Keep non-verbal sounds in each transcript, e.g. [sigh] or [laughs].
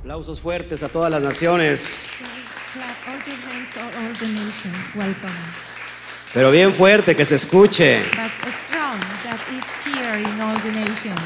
Aplausos fuertes a todas las naciones, Clap all your hands, all, all the nations, welcome. pero bien fuerte, que se escuche. But a strong that it's here in all the nations.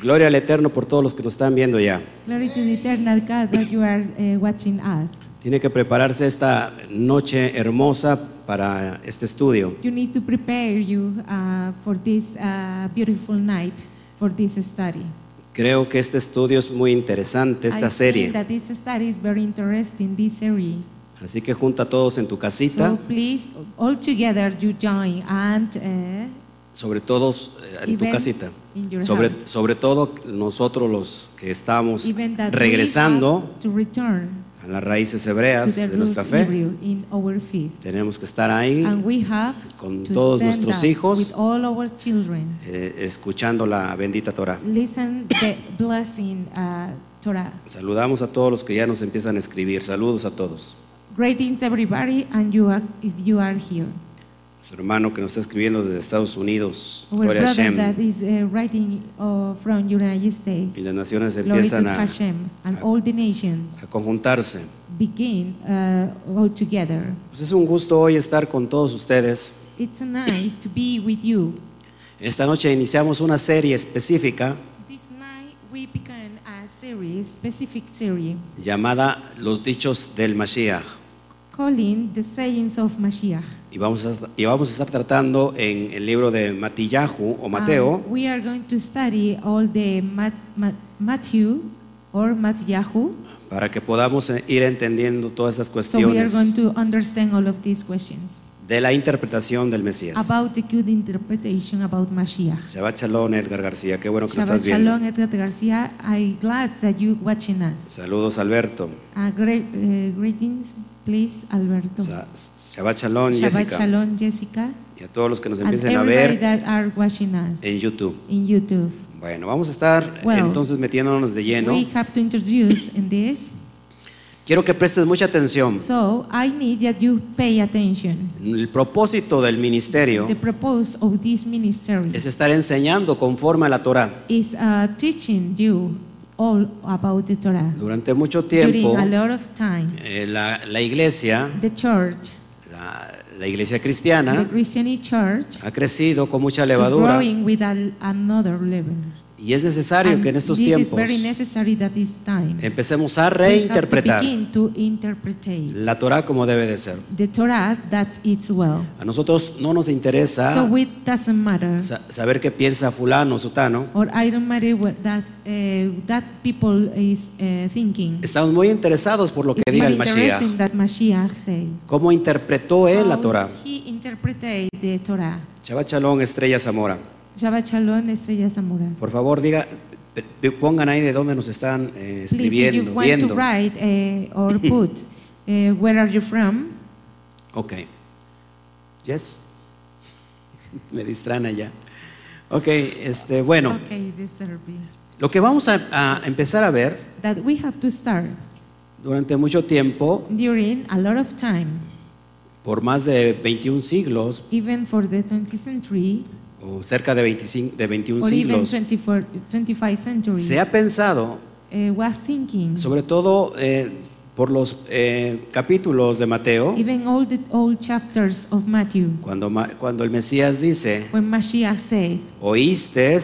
Gloria al Eterno por todos los que nos están viendo ya. Glory to the eternal God that you are uh, watching us. Tiene que prepararse esta noche hermosa para este estudio. You need to prepare you uh, for this uh, beautiful night, for this study. Creo que este estudio es muy interesante, esta I serie. think that this study is very interesting, this series. Así que junta a todos en tu So casita, please, all together you join and uh, sobre todo eh, en tu Even casita. in your Sobre, house. sobre todo nosotros los que estamos even that we regresando have to return a las raíces to hebreas the de root nuestra fe. Hebrew in our faith. Tenemos que estar ahí And we have con to todos stand nuestros up hijos. with all our children. eh, escuchando la bendita Torah. Listen the blessing uh, Torah. Saludamos a todos los que ya nos empiezan a escribir. Saludos a todos. Greetings everybody and you are if you are here. Su hermano que nos está escribiendo desde Estados Unidos, Our Gloria a brother Hashem. that is uh, writing uh, from United States. Y las naciones Glory to empiezan a, Hashem and a- all the nations a conjuntarse. begin uh, all together. Pues es un gusto hoy estar con todos ustedes. It's nice to be with you. Esta noche iniciamos una serie específica This night we began a series, specific series, llamada Los Dichos del Mashiach. calling the sayings of Mashiach. Y vamos a, y vamos a estar tratando en el libro de Matillahu o Mateo, Um, we are going to study all the Mat, Mat, Matthew or Matthew. para que podamos eh, ir entendiendo todas estas Ah. So we are cuestiones going to understand all of these questions de la interpretación del Mesías. about the good interpretation about Mashiach. Shabbat Shalom, Edgar García. Qué bueno que nos Shabbat estás viendo. Shalom, Edgar Garcia. I'm glad that you watching us. Saludos, Alberto. Uh, great, uh, greetings, please, Alberto. Sa- Shabbat Shalom, Shabbat Jessica. Shalom, Jessica. Y a todos los que nos And empiecen a everybody ver Eh, that are watching us en YouTube. in YouTube. Bueno, vamos a estar Well, entonces metiéndonos de lleno. We have to introduce in this. Quiero que prestes mucha atención. So I need that you pay attention. El propósito del ministerio The purpose of this ministry es estar enseñando conforme a la Torah. is uh, teaching you all about the Torah. Durante mucho During tiempo, a lot of time, eh, la, la iglesia, the church, la, la iglesia the cristiana, Christian church, ha crecido con mucha is levadura. growing with a, another level. Y es necesario And que en estos this is tiempos very necessary that this time empecemos a we have to reinterpretar begin to interpret la Torah como debe de ser. the Torah that it's well. A nosotros no nos interesa So it doesn't matter, sa- saber qué piensa fulano o sutano. or I don't matter what that uh, that people is uh, thinking. Estamos muy interesados por lo que It's diga more el Mashiach. interesting that Mashiach say. ¿Cómo interpretó él la How Torah? He interpreted the Torah. Shabbat Shalom, Estrella Zamora. Shabbat Shalom, Estrella Zamora. Por favor, diga, pe- pe- pongan ahí de dónde nos están eh, Please, if you escribiendo, want to viendo. write eh, [laughs] or put, eh, where are you from? Ok. Yes. [laughs] Me distraen allá. Ok, este, bueno, Okay, this survey. lo que vamos a, a empezar a ver That we have to start durante mucho tiempo, during a lot of time, por más de 21 siglos, even for the 20th century o cerca de, 25, de 21 or even siglos, 24, 25th century. se ha pensado, eh, was thinking sobre todo eh, por los eh, capítulos de Mateo, even all the old chapters of Matthew cuando, Ma- cuando el Mesías dice, when Mashiach said, oíste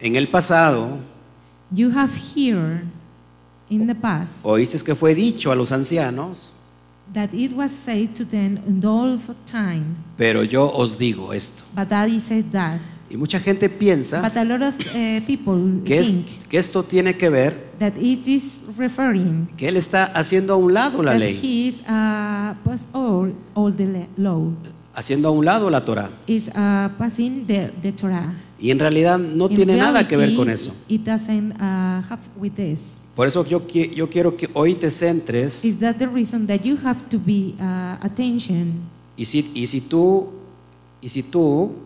en el pasado, "You have here in the past." oíste que fue dicho a los ancianos, that it was said to them in all of time, pero yo os digo esto. but daddy said that. Y mucha gente piensa But a lot of eh, people que, es- think que esto tiene que ver, that it is referring que él está haciendo a un lado la that ley, he is uh, pass all, all the le- law, haciendo a un lado la Torah. is uh, passing the, the Torah. Y en realidad no In tiene nada que ver con reality, eso. It doesn't uh, have with this. Por eso yo, qui- yo quiero que hoy te centres Is that the reason that you have to be uh, attention? y si, y si tú, y si tú,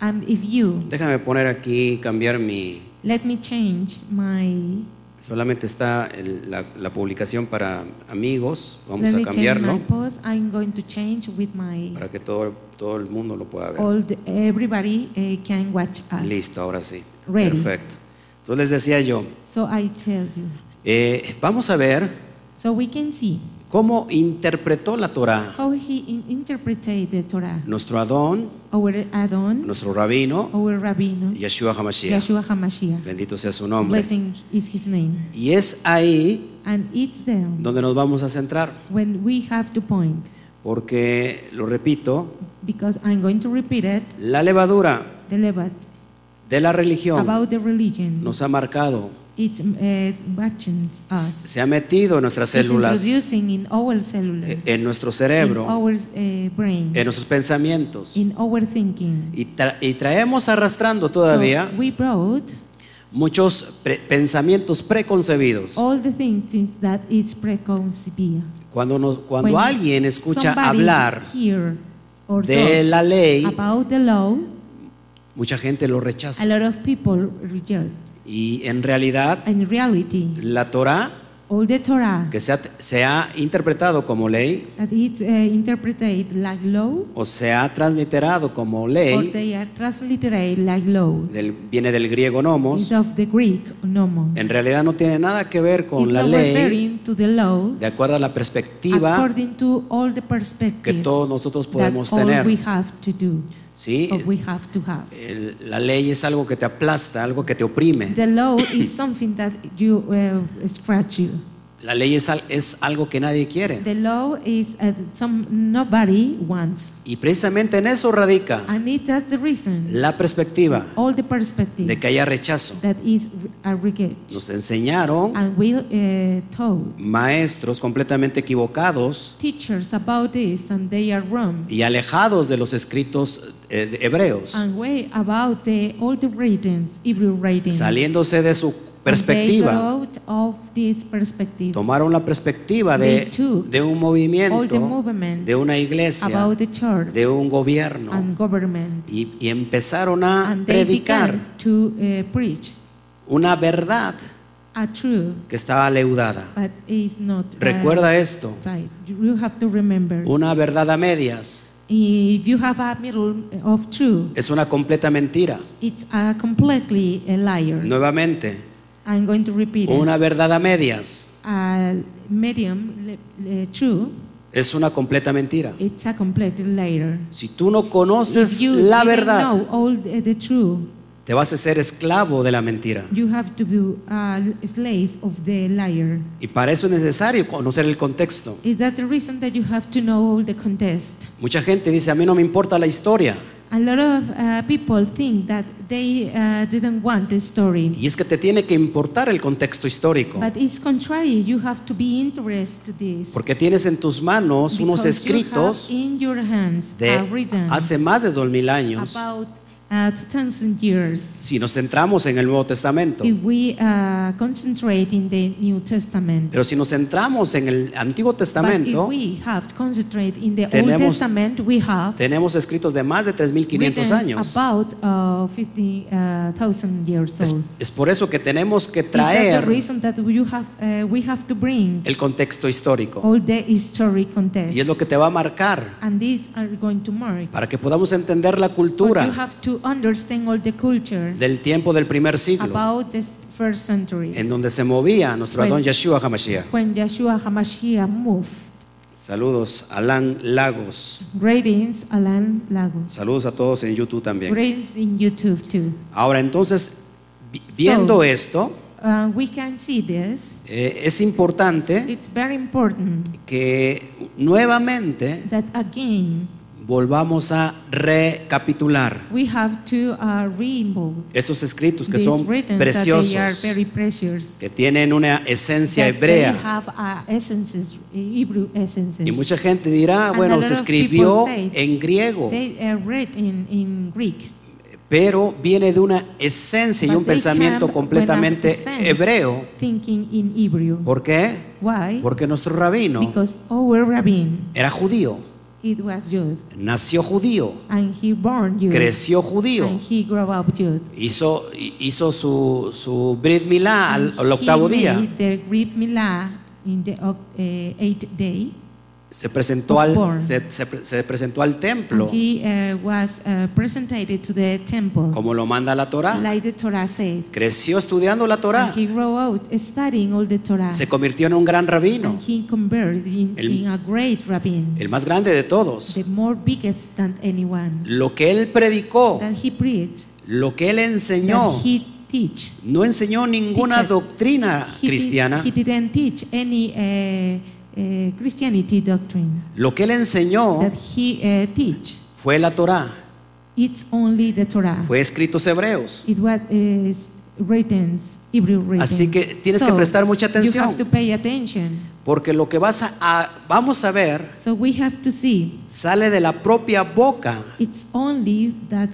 And if you déjame poner aquí, cambiar mi, let me change my solamente está el- la, la publicación para amigos, vamos Let a me change my cambiarlo post. I'm going to change with my para que todo, todo el mundo lo pueda ver. old. Everybody eh, can watch us. Listo, ahora sí. ready. Perfecto. Entonces les decía yo, So I tell you. eh, vamos a ver So we can see cómo interpretó la Torah how he in- interpreted the Torah. nuestro Adón, Our Adon, nuestro rabino, our Rabbino, Yeshua HaMashiach. Yeshua HaMashiach. Bendito sea su nombre. Blessing is his name. Y es ahí And it's them donde nos vamos a centrar, when we have to point, porque, lo repito, because I'm going to repeat it, la levadura the Levat, de la religión about the religion. nos ha marcado, It uh, watches us. se ha metido en nuestras It's células, introducing in our cellular, eh, en nuestro in cerebro, our uh, brain, en nuestros pensamientos. in our thinking. Y, tra- y traemos arrastrando todavía So we brought muchos pre- pensamientos preconcebidos. all the things that is preconceived. Cuando, nos- cuando When alguien escucha somebody hablar hear or de talk la ley, about the law, mucha gente lo a rechaza. lot of people reject. Y en realidad, In reality, la Torah, all the Torah que se ha, se ha interpretado como ley, that it's uh, interpreted like law, o se ha transliterado como or ley, they are transliterated like law, del- viene del griego nomos, is of the Greek nomos. en realidad no tiene nada que ver It's con la not ley, referring to the law de acuerdo a la perspectiva according to all the que perspective todos nosotros podemos that all we tener. have to do, ¿sí? or we have to have. El- la ley es algo que te aplasta, algo que te oprime. The law is something that you uh, scratch you. La ley es, al- es algo que nadie quiere. The law is uh, some nobody wants, Y precisamente en eso radica and it has the reason, la perspectiva all the perspective de que haya rechazo. that is a regret. Nos enseñaron And we uh, told maestros completamente equivocados teachers about this, and they are wrong. y alejados de los escritos eh, de hebreos, And way about the, all the readings, every reading. saliéndose de su And They perspectiva. brought of this perspective Tomaron la perspectiva de, They took de un all the movimiento, movement de una iglesia, about the church de un gobierno, and government, y, y empezaron a and they predicar began to uh, preach una verdad a true, que estaba leudada. but it's not uh, Recuerda esto, right. You have to remember. una verdad a medias If you have a middle of true, es una completa mentira. it's a completely a liar. Nuevamente, I'm going to repeat una verdad a medias it. A medium le- le- true, es una completa mentira. it's a complete liar. Si tú no conoces If you la didn't verdad, know all the, the true, te vas a ser esclavo de la mentira. you have to be a slave of the liar. Y para eso es necesario conocer el contexto. Is that the reason that you have to know all the contest? Mucha gente dice, a mí no me importa la historia. A lot of uh, people think that they uh, didn't want the story, Y es que te tiene que importar el contexto histórico. but it's contrary. You have to be interested to this. Porque tienes en tus manos unos Because you have escritos in your hands de are written hace más de dos mil años. about uh, thousand years. Si nos centramos en el Nuevo Testamento. If we uh, concentrate in the New Testament, Pero si nos centramos en el Antiguo but if Testamento, we have to concentrate in the Tenemos- Old Testament, we have tenemos escritos de más de 3.500 written años. about uh, 50,000 years Es, old. es por eso que tenemos que Is that the traer reason that you have, uh, we have to bring el contexto histórico. all the historic context? Y es lo que te va a marcar and these are going to mark. para que podamos entender la But you cultura have to understand all the culture del tiempo del primer siglo, about this first century en donde se movía nuestro Bueno. Adón Yeshua HaMashiach. when Yeshua HaMashiach moved. Saludos, Alan Lagos. Greetings, Alan Lagos. Saludos a todos en YouTube también. Greetings in YouTube too. Ahora, entonces, vi- viendo So- esto, Uh, we can see this. eh, es importante It's very important que nuevamente that again volvamos a recapitular we have to uh, re-involve estos escritos que these son written that they are preciosos, very precious. que tienen una esencia that they hebrea. have uh, essences, Hebrew essences. Y mucha gente dirá, And a bueno, lot se of escribió people say en griego, They are read in, in Greek. pero viene de una esencia y But un they pensamiento come completamente with an hebreo. accent Thinking in Hebrew. ¿Por qué? Why? Porque nuestro rabino Because our rabbin, era judío, it was Jude, nació judío, and he born Jude, creció judío, and he grew up Jude. hizo, hizo su, su Brit Milá al, And al octavo he día, made The Greek Milah in the oc- eh, eighth day. se presentó Of al, born. se, se pre- se presentó al templo And he uh, was uh, presented to the temple, como lo manda la Torá. like the Torah said. Creció estudiando la Torá. And he grew out eh, studying all the Torah. Se convirtió en un gran rabino, And he converted in, El- in a great rabbin, el más grande de todos. the more biggest than anyone. Lo que él predicó, That he preached, lo que él enseñó, that he teach. no enseñó ninguna Teacher. doctrina He, did- cristiana. he didn't teach any uh, uh, Christianity doctrine. Lo que él enseñó That he uh, teach, fue la Torá, it's only the Torah. fue escritos hebreos. It was is written, Hebrew written. Así que tienes que prestar mucha You atención. have to pay attention. Porque lo que vas a, a- vamos a ver So we have to see. sale de la propia boca It's only that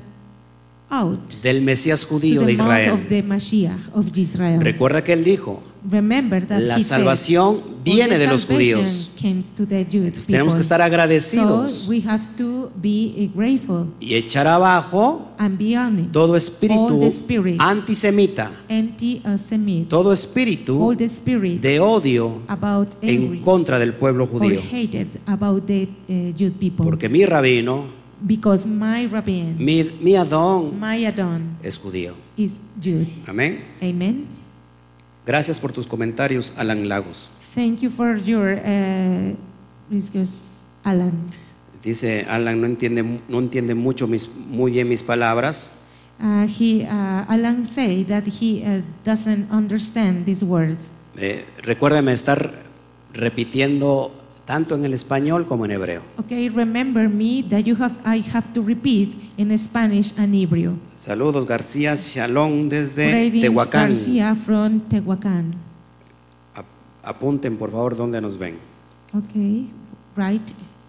out del Mesías judío to de the mouth of Israel. the Mashiach of Israel. Recuerda que él dijo, Remember that la he said, salvación "Only viene de los salvation judíos. comes to the Jewish Entonces, tenemos que people." estar agradecidos So we have to be grateful y echar abajo and be honest. todo all the espíritu spirits, antisemita, anti-Semite, todo all espíritu the spirit de odio about en angry contra del pueblo judío. or hated about the uh, Jew people. Porque mi rabino, because my rabbin, mi, mi Adón, my Adon, es judío. is Jew. Amén. Amen. Gracias por tus comentarios, Alan Lagos. Thank you for your uh, discuss, Alan. Dice Alan, no entiende, no entiende mucho mis, muy bien mis palabras. Uh, he, uh, Alan say that he uh, doesn't understand these words. Eh, recuérdame estar repitiendo tanto en el español como en hebreo. Okay, remember me that you have I have to repeat in Spanish and Hebrew. Saludos, García Shalom desde Greetings, Tehuacán. Garcia from Tehuacan. A- Apunten, por favor, dónde nos ven. Okay, right.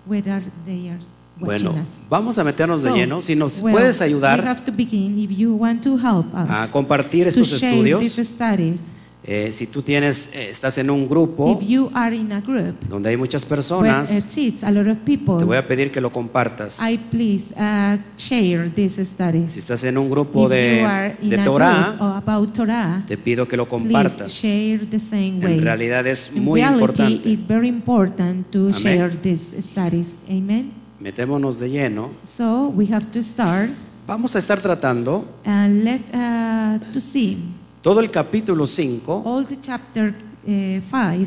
Where are they are watching Bueno, us? vamos a meternos de So, lleno. Si nos well, puedes we ayudar have to begin if you want to help us a compartir to estos share estudios, these studies. eh, si tú tienes, eh, estás en un grupo If you are in a group donde hay muchas where personas, it sits a lot of people, te voy a pedir que lo compartas. I please uh, share these studies. Si estás en un grupo if you de, are in de a Torah, group or about Torah, te pido que lo please compartas. share the same way. En realidad es In muy reality, importante. it's very important to Amén. share these studies. Amen. Metémonos de lleno. So we have to start Vamos a estar tratando and let uh, to see todo el capítulo 5 all the chapter uh, five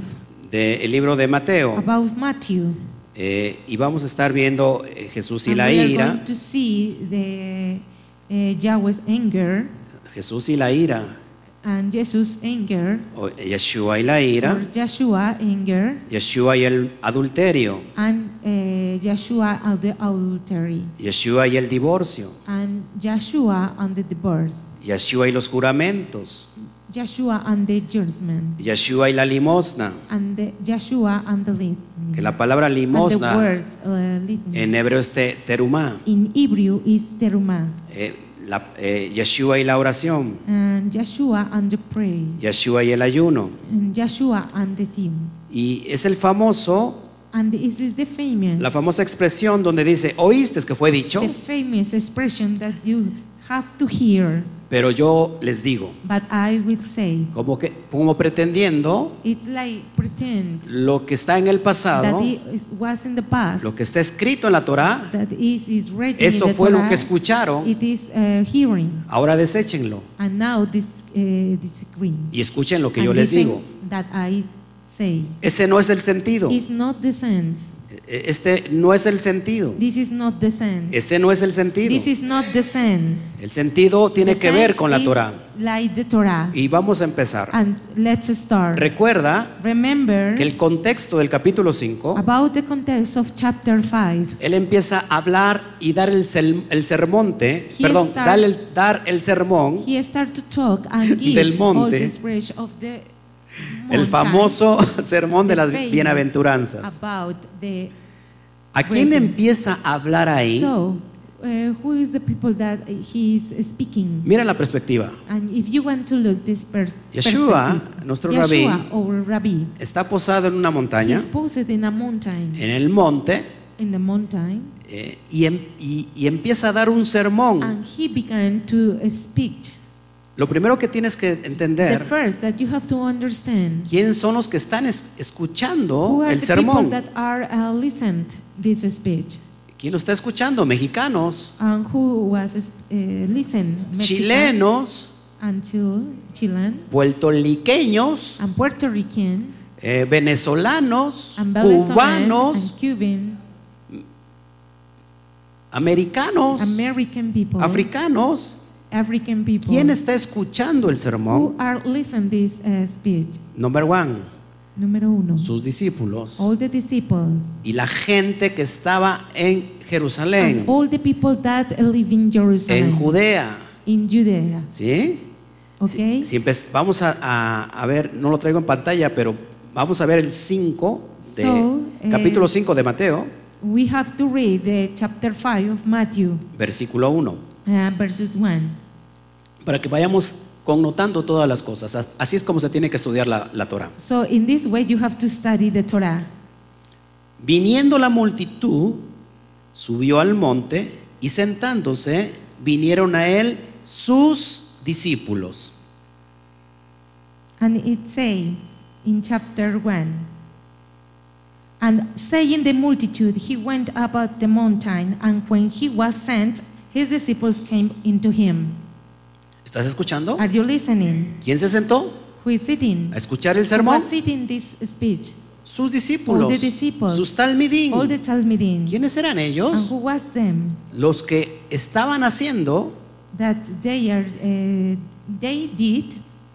del libro de Mateo. about Matthew. Eh, y vamos a estar viendo eh, Jesús y And la we are going ira. to see the uh, Yahweh's anger Jesús y la ira. and Jesus' anger, O Yeshua y la or ira. Joshua anger, Yeshua y el adulterio. and uh, Joshua and the adultery, Yeshua y el divorcio. and Joshua and the divorce, Yeshua y los juramentos. Joshua and the judgment, Yeshua y la limosna. and the Joshua and the Que litany. la palabra And the limosna words uh, litany. en hebreo es te- terumá. In Hebrew is teruma, Eh, la- eh, Yeshua y la oración. and Joshua and the prayer, Yeshua y el ayuno. and Joshua and the team. Y es el famoso, And this is the famous. la famosa expresión donde dice, oíste que fue dicho, The famous expression that you have to hear, pero yo les digo, but I will say. como que, como pretendiendo It's like pretend lo que está en el that pasado, it is- was in the past, lo que está escrito en la Torá, that is, is written eso in the fue lo Torah, que escucharon, It is uh, hearing, ahora deséchenlo and now this uh, disagree. y escuchen lo que yo And les listen digo. That I say. Ese no es el sentido, It's not the sense. E- este no es el sentido, This is not the sense. este no es el sentido. This is not the sense. El sentido tiene The que ver sense con la is Torá. Like the Torah. Y vamos a empezar. And let's start. Recuerda Remember que el contexto del capítulo 5 about the context of chapter 5. Él empieza a hablar y dar el, sel- el sermonte, He perdón, start- dar el, dar el sermón, He started to talk and give Del all monte. the speech of the el mountain, [laughs] famoso [laughs] sermón de the las famous bienaventuranzas. About the, ¿A quién le Greetings. empieza a hablar ahí? so, uh, who is the people that he is speaking? Mira la perspectiva. And if you want to look this person, Yeshua, nuestro rabí, Yeshua, our rabbi, Está posado en una montaña, he's posted in a mountain, en el monte, in the mountain, eh, Ah, y, em- y- y empieza a dar un sermón. and he began to uh, speak Lo primero que tienes que The entender, first that you have to understand ¿quién son los que están es- who escuchando Oh, are el the people sermón? that are uh, listened this speech ¿Quién lo está escuchando? Mexicanos, and who was uh, listened Mexican chilenos, until Chilean puertorriqueños, and Puerto Rican eh, venezolanos, and Venezuelan cubanos, and Cubans americanos, American people africanos. African people ¿Quién está escuchando el who sermón? are listening this uh, speech Number one, número uno sus discípulos all the disciples y la gente que estaba en Jerusalén, and all the people that live in Jerusalem en Judea, in Judea ¿sí? okay Si empe- vamos a, a- a ver, no lo traigo en pantalla, pero vamos a ver el 5, de, So, eh, capítulo 5 de Mateo, We have to read the chapter 5 of Matthew, versículo 1, uh, verses 1. para que vayamos connotando todas las cosas. A- Así es como se tiene que estudiar la, la Torah. So, in this way, you have to study the Torah. Viniendo la multitud, subió al monte y sentándose, vinieron a él sus discípulos. And it say in chapter 1 And saying the multitude, he went about the mountain, and when he was sent, his disciples came into him. ¿Estás escuchando? Are you listening? ¿Quién se sentó Who is sitting? a escuchar el Who sermón? was sitting this speech? Sus discípulos, All the disciples. sus talmidín. All the Talmudim. ¿Quiénes eran ellos? And who was them? los que estaban haciendo, That they are, uh, they did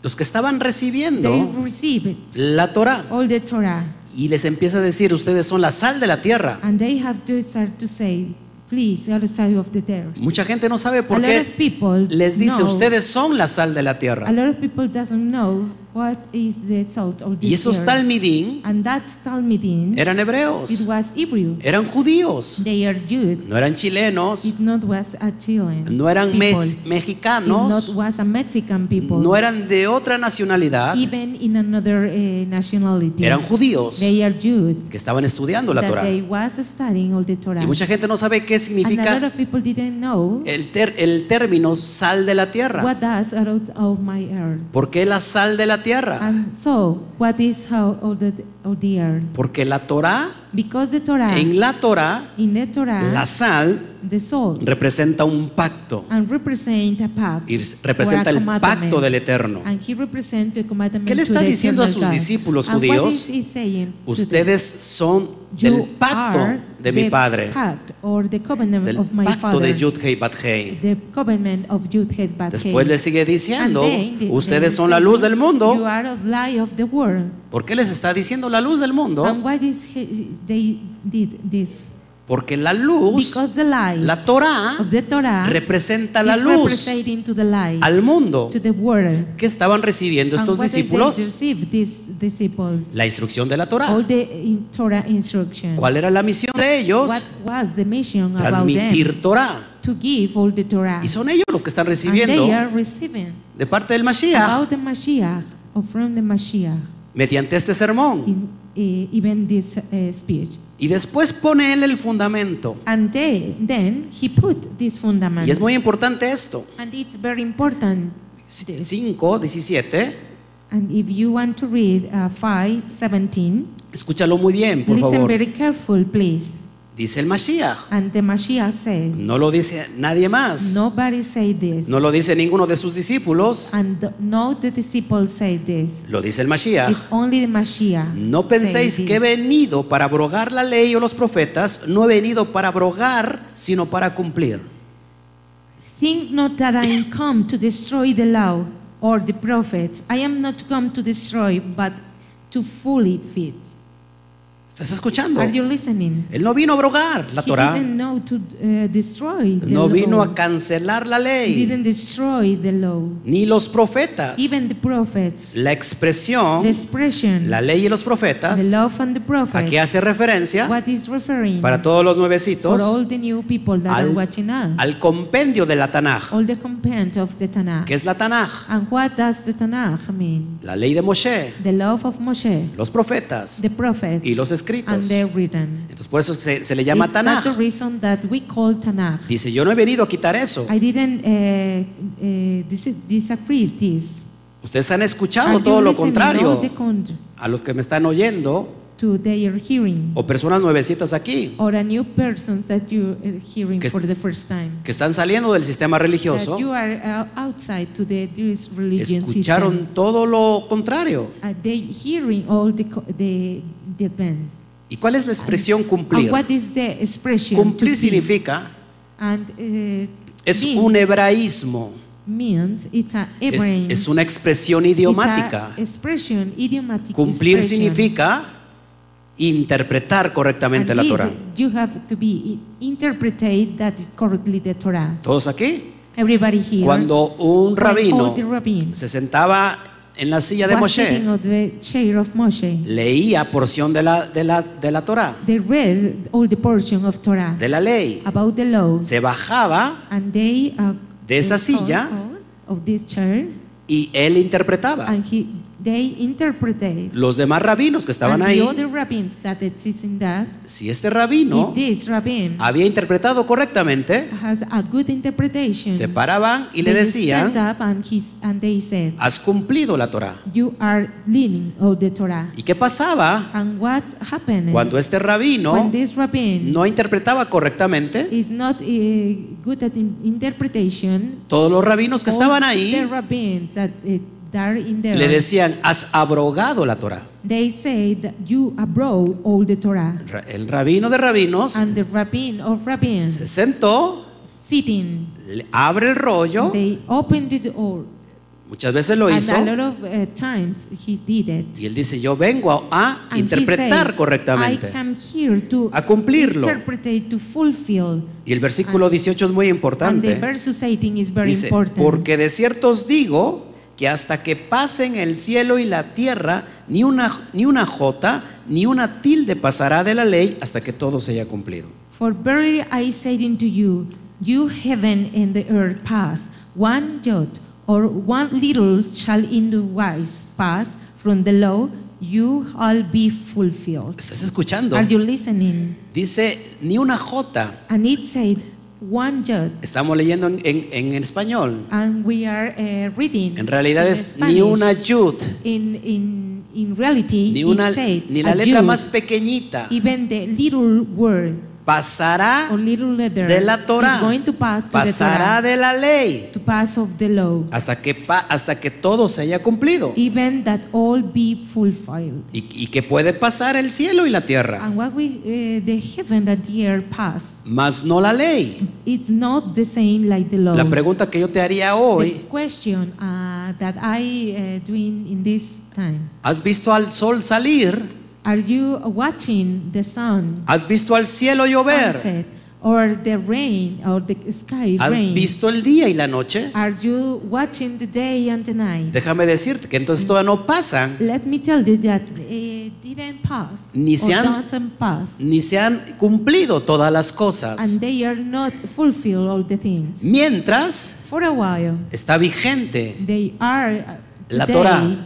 los que estaban They recibiendo received la Torah all the Torah, y les empieza a decir, ustedes son la sal de la tierra. and they have to start to say, "Please, are the side of the earth." Mucha gente no sabe A por lot of qué people les dice, know, ustedes son la sal de la A tierra. lot of people doesn't know what is the salt of the Y esos earth. talmidín and that Talmudim, eran it hebreos, was Hebrew. eran judíos, They are Jews. no eran chilenos, It not was a Chilean. no eran people. mes- It not mexicanos, was a Mexican people. no eran de otra nacionalidad, even in another eh, nationality. eran judíos They are Jews. que estaban estudiando la That Torah. they was studying all the Torah. Y mucha gente no sabe qué And a lot significa of people didn't know el, ter- el término sal de la tierra. what does out of my earth. ¿Por qué la sal de la tierra? And so, what is how of the, of the earth? Porque la Torá, Because the Torah, en la Torá, in the Torah, la sal the soul, representa un pacto and represent a pact, y or representa a el commandment. pacto del Eterno. And he represent the commandment ¿Qué le to está the diciendo a sus eternal God. discípulos And what judíos? is he saying to them? Ustedes son You del pacto are de mi the padre, pact or the covenant del of my pacto father, de Yudhei Bathei. the covenant of Jude Head Después le sigue diciendo, And then ustedes they son la luz del You mundo. are of light of the world. ¿Por qué les está diciendo la luz del And mundo? why this, he- they did this? Porque la luz, Because the light la Torá, of the Torah representa la is luz representing to the light al mundo. to the world. ¿Qué estaban recibiendo And estos what did they discípulos? receive these disciples? La instrucción de la All Torá. the in- Torah instruction. ¿Cuál era la misión de ellos? What was the mission about them? Transmitir Torá. To give all the Torah. Y son ellos los que están and recibiendo they are receiving de parte del Mashiach about the Mashiach or from the Mashiach mediante este sermón. in eh, even this eh, speech. Y después pone él el fundamento. And they, then he put this fundament. Y es muy importante esto. and it's very important. this. 5, 17. And if you want to read uh, 5 17, Escúchalo muy bien, por listen favor. very careful, please. Dice el Mashiach. And the Mashiach said, No lo dice nadie más. Nobody say this. No lo dice ninguno de sus discípulos. And th- no, the disciples say this. Lo dice el It's Mashiach. only the Mashiach. No say penséis que he this. venido para abrogar la ley o los profetas, no he venido para abrogar, sino para cumplir. Think not that I am come to destroy the law or the prophets. I am not come to destroy, but to fully fit. ¿Estás escuchando? Are you listening? Él no vino a abrogar la he Torah, didn't know to uh, destroy the no vino law. a cancelar la He ley, didn't destroy the law. ni los profetas. Even the prophets, La expresión, the expression, la ley y los profetas, the law and the ¿a prophets, qué hace referencia? what is referring Para todos los for nuevecitos, all the new people that al- are watching us, al compendio de la Tanaj. all the content of the Tanakh. ¿Qué es la Tanaj? And what does the Tanakh mean? La ley de Moshe, The law of Moshe, los profetas the prophets, y los and escritos. they're written. Entonces por eso se, se le llama it's that's the Tanaj. reason that we call Tanakh. Dice, yo no he venido a quitar eso. I didn't uh, uh, dis- disagree with this. Ustedes han Are escuchado you todo lo listening? contrario All the contra- a los que me están oyendo to their hearing o personas nuevecitas aquí or a new person that you're uh, hearing Que- for the first time. que están saliendo del sistema religioso. That you are uh, outside to the this religion system. Escucharon todo lo contrario. Are they hearing all the co- the the events? ¿Y cuál es la expresión cumplir? And what is the expression? to Cumplir be? significa, And uh, es be un hebraísmo, means it's a es, Abraham. es una expresión idiomática. It's a expression, idiomatic Cumplir expression. significa interpretar correctamente And la it- Torah. You have to be i- interpretate that is correctly the Torah. ¿Todos aquí? Everybody here. Cuando un When rabino all the rabbins se sentaba en la silla de was Moshe, sitting on the chair of Moshe, leía porción de la, de la, de la Torah, they read all the portion of Torah de la ley. about the law, Se bajaba and they uh, De esa they call- silla. call of this chair, y él interpretaba. and he they interpreted. Los demás rabinos que estaban and ahí, the other rabbins that exist in that, si este rabino if this rabbin había interpretado correctamente, has a good interpretation, se paraban y le they decían, stand up and, he's, and they said, has cumplido la Torah. You are living all the Torah. ¿Y qué pasaba And what happened cuando este when rabino this rabbin no interpretaba correctamente? is not uh, good at in- interpretation, Todos los rabinos que all estaban the ahí rabbins that uh, that are in there, le decían, has abrogado la Torah. they say that you abroad all the Torah. Ra- El rabino de rabinos And the rabbin of se rabbins sentó, sitting, le- abre el rollo, they opened the door. muchas veces lo and hizo, a lot of uh, times he did it. y él dice, yo vengo a, a And he interpretar said, Ah, I correctamente, come here to a cumplirlo. interpret, to fulfill. Y el versículo 18 es muy Ah. And the importante. verse 18 is very Dice, important. porque de cierto os digo que hasta que pasen el cielo y la tierra, ni una, ni una jota, ni una tilde pasará de la ley hasta que todo se haya cumplido. For verily I say unto you, you heaven and the earth pass, one jot or one little shall in the wise pass from the law, you all be fulfilled. ¿Estás escuchando? Are you listening? Dice, ni una jota. And it said, one jot. Estamos leyendo en, en- en español. And we are uh, reading. En realidad in es Spanish. ni una yud, In, in, in reality, ni, una, it said, ni la a letra Jew, más pequeñita even the little word pasará or little letter de la Torah, is going to pass to the pasará Torah, de la ley, to pass of the law, hasta que, pa- hasta que todo se haya cumplido. even that all be fulfilled. y, y que puede pasar el cielo y la tierra, And what we, uh, the heaven that the earth pass, mas no la ley. it's not the same like the law. La pregunta que yo te haría the hoy, question uh, that I uh, doing in this time, ¿has visto al sol salir? are you watching the sun ¿Has visto al cielo llover? sunset, or the rain or the sky ¿Has rain? visto el día y la noche? Are you watching the day and the night? Déjame decirte que entonces todavía no pasan, Let me tell you that it didn't pass. Ni or se han- doesn't pass. ni se han cumplido todas las cosas. And they are not fulfill all the things. Mientras For a while, está vigente. they are uh, La today Torah.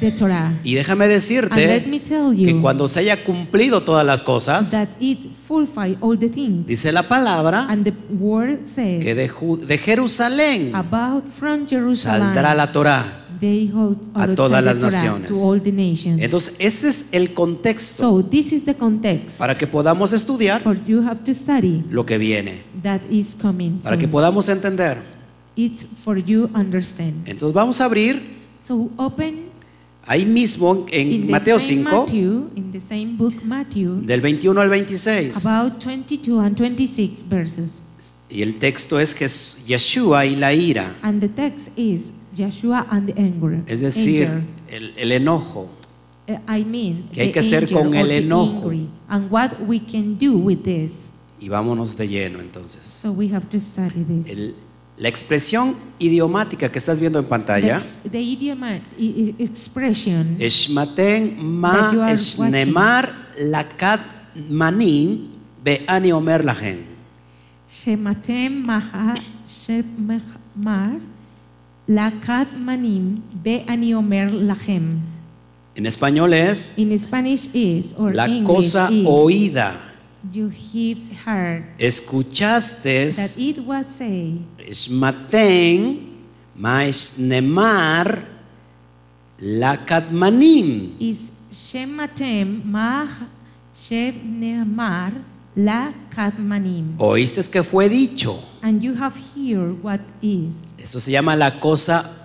the Torah. Y déjame And let me decirte tell que you cuando se haya cumplido todas las cosas, that it fulfill all the things. dice la palabra And the word says que de, Ju- de Jerusalén about from Jerusalem saldrá la Torá. they hold a or todas las the Torah naciones. to all the nations. Entonces, este es el contexto so this is the context para que podamos estudiar for you have to study lo que viene, that is coming. para soon. que podamos entender. It's for you understand. Entonces, vamos a abrir So open ahí mismo en in en the Mateo same 5, Matthew, in the same book Matthew, del 21 al 26. about 22 and 26 verses. Y el texto es Jes- Yeshua y la ira, And the text is Joshua and the anger. es decir, anger. el, el enojo. Uh, I mean, ¿Qué hay the que hacer anger con or el the enojo? angry, and what we can do with this. Y vámonos de lleno entonces. So we have to study this. El- la expresión idiomática que estás viendo en pantalla That's the idiom i- i- expression Eshmaten That you ma are esnemar lakat manin beani omer lahen. Shematem maha shemar lakat manim beani omer lachem. En español es In Spanish is or la English cosa is oída. you have heard Escuchaste that it was said Shmaten, Maishnemar, Lakatmanim. is shematem mah shemnemar la katmanim Oíste que fue dicho. and you have here what is Eso se llama la cosa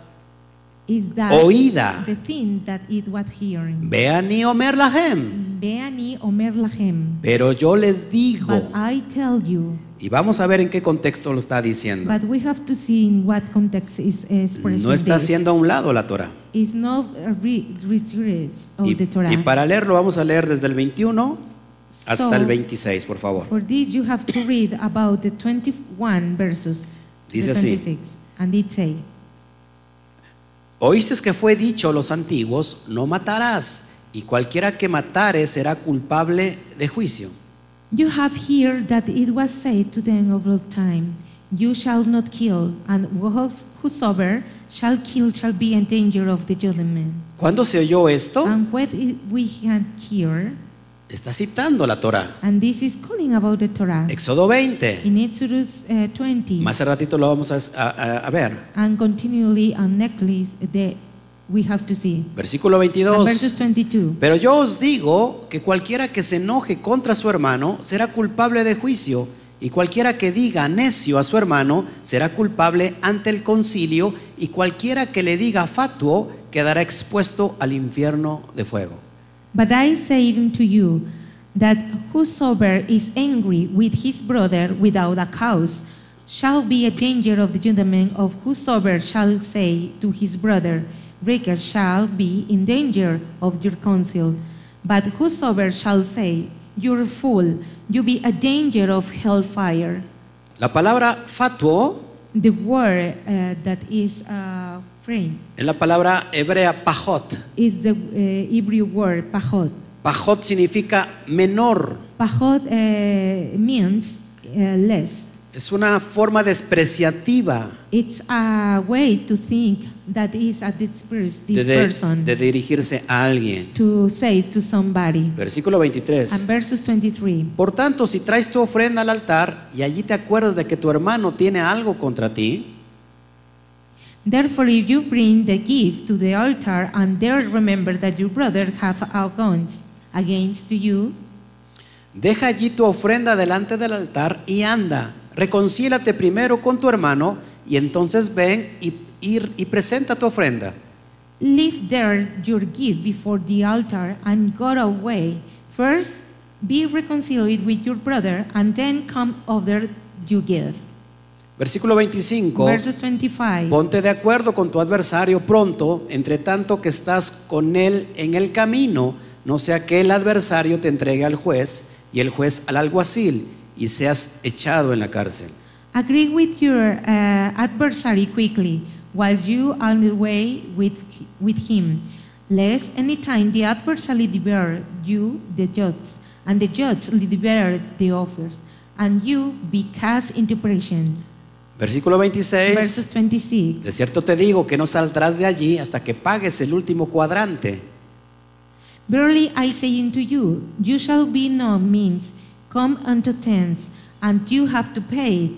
is that Oída. the thing that it was hearing vean y Omer Lahem. Veani omer lahem Pero yo les but digo, I tell you y vamos a ver en qué contexto lo está diciendo. but we have to see in what context is expressed No está haciendo a un lado la Torah. is not a re- regress of Y, the Oh, Torah y para leerlo vamos a leer desde el 21 hasta So, el 26, por favor. For this you have to read about the 21 verses to Dice the así. 26. And it say, Oíste que fue dicho a los antiguos, no matarás, y cualquiera que matare será culpable de juicio. You have here that it was said to them of old time, You shall not kill, and whos- whosoever shall kill shall be in danger of the judgment. ¿Cuándo se oyó esto? And what i- we had here, Está citando la Torah. and this is calling about the Torah, Éxodo 20. in Exodus uh, 20, Más a ratito lo vamos a, a- a ver. and continually and nextly, the, we have to see. Versículo And verses 22. 22. Pero yo os digo que cualquiera que se enoje contra su hermano será culpable de juicio, y cualquiera que diga necio a su hermano será culpable ante el concilio, y cualquiera que le diga fatuo quedará expuesto al infierno de fuego. But I say unto you that whosoever is angry with his brother without a cause shall be a danger of the judgment of whosoever shall say to his brother, Breaker shall be in danger of your counsel. But whosoever shall say, You're a fool, you be a danger of hellfire. La palabra fatuo The word uh, that is uh, framed es la palabra hebrea pajot. is the uh, Hebrew word pachot. Pajot significa menor. Pajot uh, means uh, less. Es una forma despreciativa It's a way to think that is a disperse, de, this de- person de dirigirse a alguien. to say to somebody. Versículo And 23. verses 23. Por tanto, si traes tu ofrenda al altar y allí te acuerdas de que tu hermano tiene algo contra ti, Therefore, if you bring the gift to the altar and there remember that your brother have outlines against you, deja allí tu ofrenda delante del altar y anda. Reconcílate primero con tu hermano y entonces ven y, y- y presenta tu ofrenda. leave there your gift before the altar and go away. First, be reconciled with your brother and then come over your gift. Versículo 25. Verses 25. Ponte de acuerdo con tu adversario pronto, entre tanto que estás con él en el camino, no sea que el adversario te entregue al juez y el juez al alguacil y seas echado en la cárcel. Agree with your uh, adversary quickly while you are on the way with, with him, lest any time the adversary devour you the judge, and the judge devour the offers, and you be cast into prison. Versículo 26. Verses 26. De cierto te digo que no saldrás de allí hasta que pagues el último cuadrante. Verily I say unto you, you shall be no means come unto tents, and you have to pay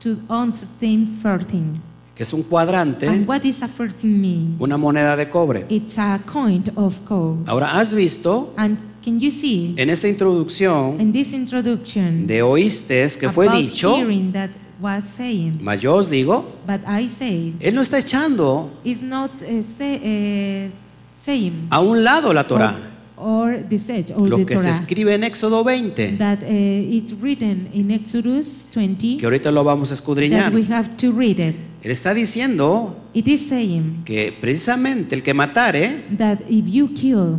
to unto ten fourteen. que es un cuadrante? And what is a fourteen mean? Una moneda de cobre. It's a coin of gold. Ahora, has visto And can you see en esta introducción in this introduction de oíste que fue about dicho, hearing that was saying, mas yo os digo, but I say, él no está echando is not uh, say, uh, saying a un lado la or, Torah. or the sage or Lo the que se Torah. escribe en Éxodo 20, That uh, it's written in Exodus 20 que ahorita lo vamos a that escudriñar. we have to read it. Él está diciendo It is saying que precisamente el que matare that if you kill,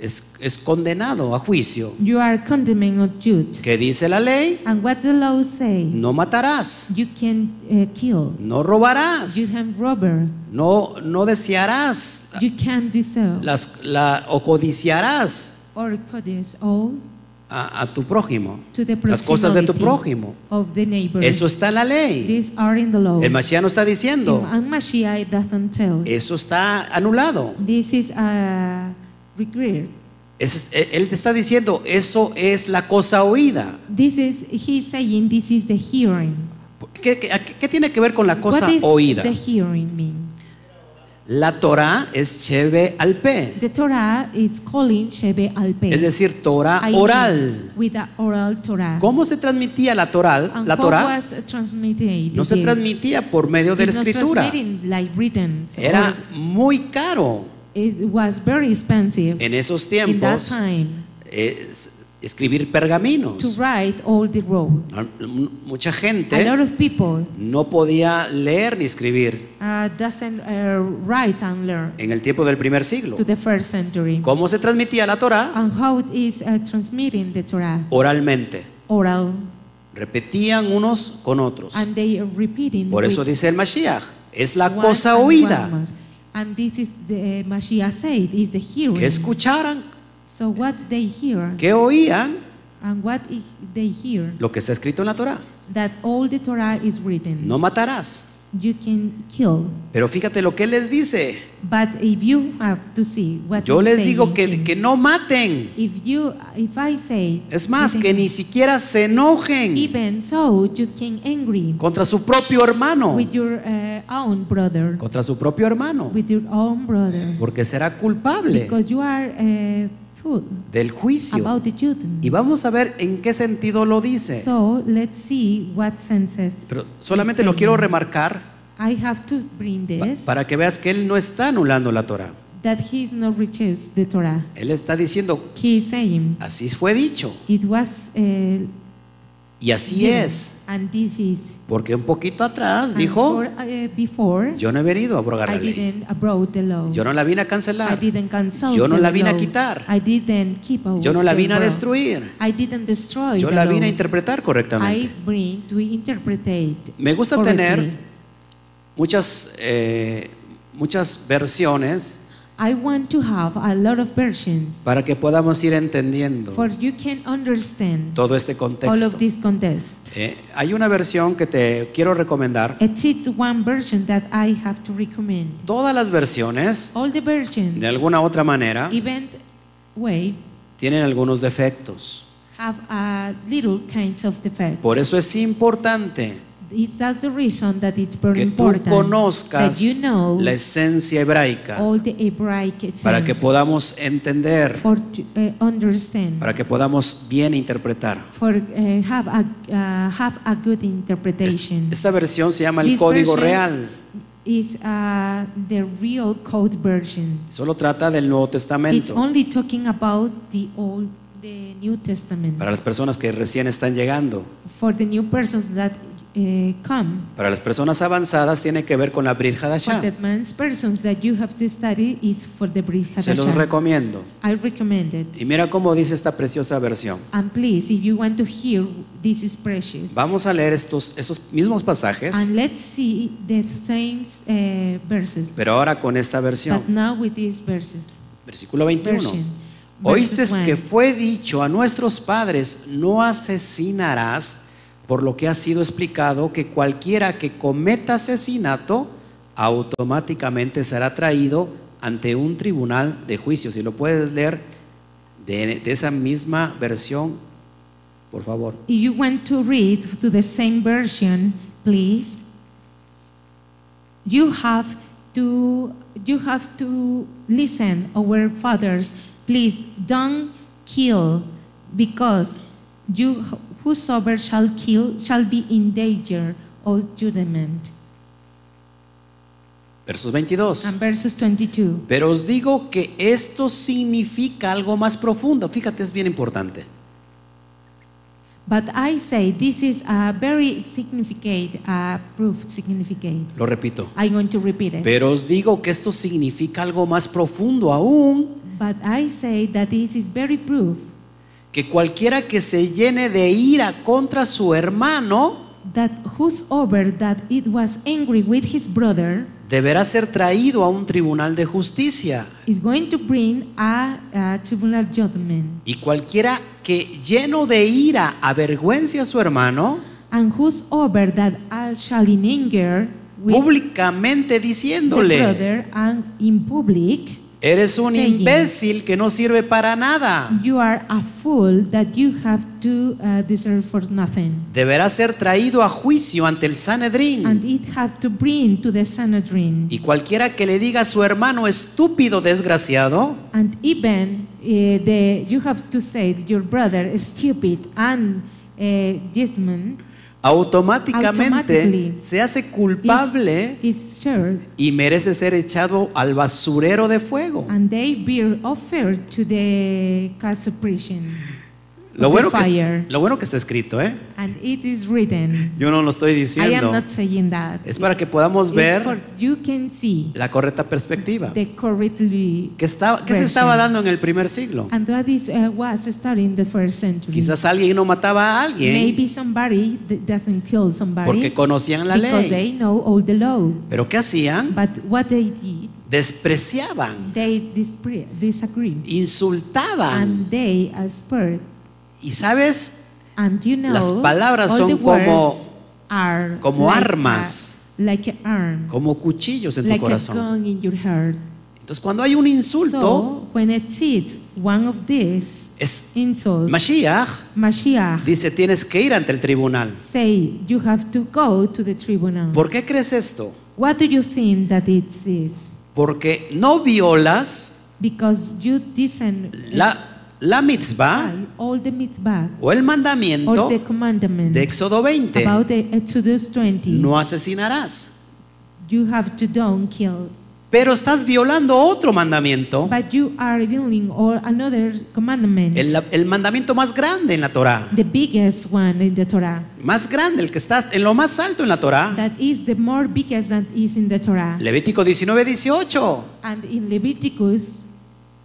es, es condenado a juicio. you are condemning a Jude. ¿Qué dice la ley? And what the law say, No matarás, you can uh, kill, no you robarás, can robber, no, no desearás you can deserve las, la, o codiciarás or codice all a, a tu prójimo, to the las cosas de tu proximity prójimo. of the neighbor. Eso está en la ley. These are in the law. El Mashiach no está diciendo, And Mashiach doesn't tell. eso está anulado. This is uh, regret. Es- eh, él te está diciendo, eso es la cosa oída. This is, he's saying, this is the hearing. ¿Qué, qué- a qué- qué tiene que ver con la cosa what is oída? the hearing mean? La Torah es Cheve Alpe, The Torah is calling Shebe Alpe. es decir, Torah I mean, oral. with the oral Torah. ¿Cómo se transmitía la Torah? And La how Torah was transmitted no se this? transmitía por medio de la It's not escritura. transmitted like written. So Era muy caro It was very expensive en esos in that tiempos time eh, es- escribir to pergaminos. write all the road. Ah, m- Mucha A lot gente of people no podía leer ni escribir uh, doesn't uh, write and learn en el tiempo del primer siglo. to the first century. ¿Cómo se transmitía la Torah? And how it is uh, transmitting the Torah Oralmente. oral, Repetían unos con otros. and they are repeating. Por eso with dice el Mashiach, es la one cosa and one oída more. And this is the uh, Mashiach said is the hearing. que escucharan, So what they hear que oían and what i- they hear lo que está escrito en la Torah. that all the Torah is written. No matarás. You can kill, Pero fíjate lo que les dice. but if you have to see what Yo I'm les saying digo que, here, que no maten. if you if I say Es más, listen, que ni siquiera se enojen even so you can angry contra su propio hermano. with your uh, own brother, Contra su propio hermano. with your own brother, Porque será culpable because you are uh, fool del juicio. about the children. Y vamos a ver en qué sentido lo dice. So let's see what senses. Pero solamente lo quiero remarcar I have to bring pa- this para que veas que él no está anulando la Torah. that he is not reaches the Torah. Él está diciendo, He is saying así fue dicho. it was uh, Y así given, es. and this is. Porque un poquito atrás And dijo, for, uh, before yo no he venido a abrogar I la ley. didn't abroad the law. Yo no la vine a I cancelar. didn't cancel Yo no the la vine a law. quitar. I didn't keep away Yo no la the vine a law. destruir. I didn't destroy Yo the la law. vine a interpretar I correctamente. bring to interpret it Me gusta tener correctly. muchas, eh, muchas versiones I want to have a lot of versions para que podamos ir entendiendo for you can understand todo este all contexto. of this contest. Eh, hay una versión que te quiero recomendar. It is one version that I have to recommend. Todas las versiones, All the versions, de alguna u otra manera, even way, tienen algunos defectos. have a little kind of defect. Por eso es importante Is that the reason that it's very que tú important conozcas that you know la esencia hebraica all the Hebraic sense para que podamos entender, for to, uh, understand, para que podamos bien interpretar. for uh, have a uh, have a good Es- interpretation. Esta versión se llama el These Código versions- Real. Is uh, the real code version. Solo trata del Nuevo It's Testamento only talking about the old, the New Testament. para las personas que recién están llegando. for the new persons that uh, come. Para las personas avanzadas tiene que ver con la Brit For the Hadashah. advanced persons that you have to study is for the Brit Se los Hadashah. recomiendo. I recommend it. Y mira cómo dice esta preciosa versión. And please, if you want to hear, this is precious. Vamos a leer estos, esos mismos pasajes, And let's see the same uh, verses. pero ahora con esta But versión. now with these verses. Versículo 21. Version. Oíste Verses one. que fue dicho a nuestros padres, no asesinarás, por lo que ha sido explicado que cualquiera que cometa asesinato automáticamente será traído ante un tribunal de juicio. Si lo puedes leer de, de esa misma versión, por favor. If you want to read to the same version, please. You have to you have to listen, our fathers. Please don't kill, because you whosoever shall kill shall be in danger of judgment. Versos 22. And verses 22. Pero os digo que esto significa algo más profundo. Fíjate, es bien importante. But I say this is a very significant, uh, proof significant. Lo repito. I'm going to repeat it. Pero os digo que esto significa algo más profundo aún, But I say that this is very proof que cualquiera que se llene de ira contra su hermano that whosoever that it was angry with his brother deberá ser traído a un tribunal de justicia. is going to bring a, a tribunal judgment. Y cualquiera que lleno de ira avergüence a su hermano, And whosoever that I shall in anger with públicamente the diciéndole, brother and in public Eres un Saying. imbécil que no sirve para nada. You are a fool that you have to uh, deserve for nothing. Deberá ser traído a juicio ante el And Sanedrín. it had to bring to the Sanhedrin. Hmm. Y cualquiera que le diga a su hermano estúpido desgraciado, And even uh, the, you have to say that your brother is stupid and uh, this man automáticamente Automatically. se hace culpable is, is sure y merece ser echado al basurero de fuego. and they bear offer to the casuprision Lo bueno, que, fire. lo bueno que está escrito, ¿eh? and it is written Yo no lo estoy I am diciendo. not saying that Es para que podamos it's for ver you can see la correcta perspectiva. the correctly ¿Qué, estaba, qué se estaba version. dando en el primer siglo? and that is uh, was starting in the first century Quizás alguien no mataba a alguien maybe somebody that doesn't kill somebody porque conocían la because ley. they know all the law Pero ¿qué hacían? but what they did Despreciaban, they dispre- disagree insultaban. and they are spurred. Y sabes, And you know, Las palabras all son the words como- are como like armas. a- like an arm, como cuchillos en tu like a corazón. gun in your heart. Entonces, cuando hay un insulto, So when it's it, one of these es insults, Mashiach Mashiach dice, tienes que ir ante el tribunal. say you have to go to the tribunal. ¿Por qué crees esto? what do you think that it is? Porque no violas Because you didn't la, la mitzvah apply all the mitzvah o el or mandamiento the commandment de Éxodo 20. about the Exodus 20. No asesinarás. You have to don't kill Pero estás violando otro mandamiento, But you are revealing or another commandment, el, el mandamiento más grande en la Torá, the biggest one in the Torah, más grande, el que está en lo más alto en la Torá. that is the more biggest that is in the Torah. Levítico 19, 18. and in Leviticus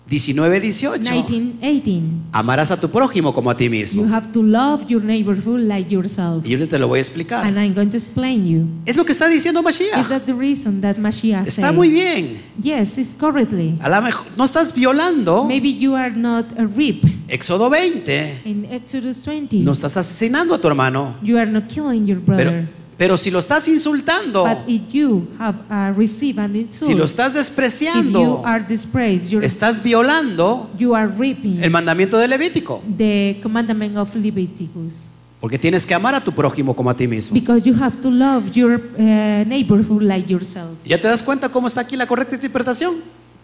19, 18. 19, 18, Amarás a tu prójimo como a ti you mismo. have to love your neighborhood like yourself. Y yo te lo voy a explicar. And I'm going to explain you. Es lo que está diciendo Is Mashiach. that the reason that Mashiach Está said? muy bien. Yes, it's correctly. A lo mejor no estás violando Maybe you are not a rip Éxodo 20. in Exodus 20. No estás asesinando a tu hermano. You are not killing your Pero, brother. pero si lo estás insultando, but if you have uh, received an insult, si lo estás If you despreciando, are disgraced, you're, estás violando you are reaping el mandamiento de Levítico. the commandment of Leviticus. Porque tienes que amar a tu prójimo como a ti mismo. Because you have to love your uh, neighborhood like yourself. ¿Ya te das cuenta cómo está aquí la correcta interpretación?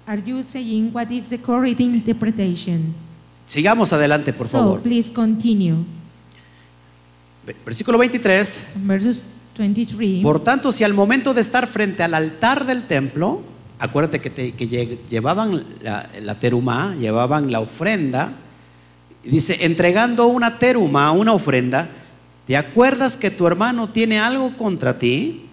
Are you saying what is the correct interpretation? Sigamos adelante, por so favor. please continue. Versículo 23. Verses 23. Por tanto, si al momento de estar frente al altar del templo, acuérdate que, te- que lle- llevaban la, la terumá, llevaban la ofrenda, y dice, entregando una terumá, una ofrenda, ¿te acuerdas que tu hermano tiene algo contra ti?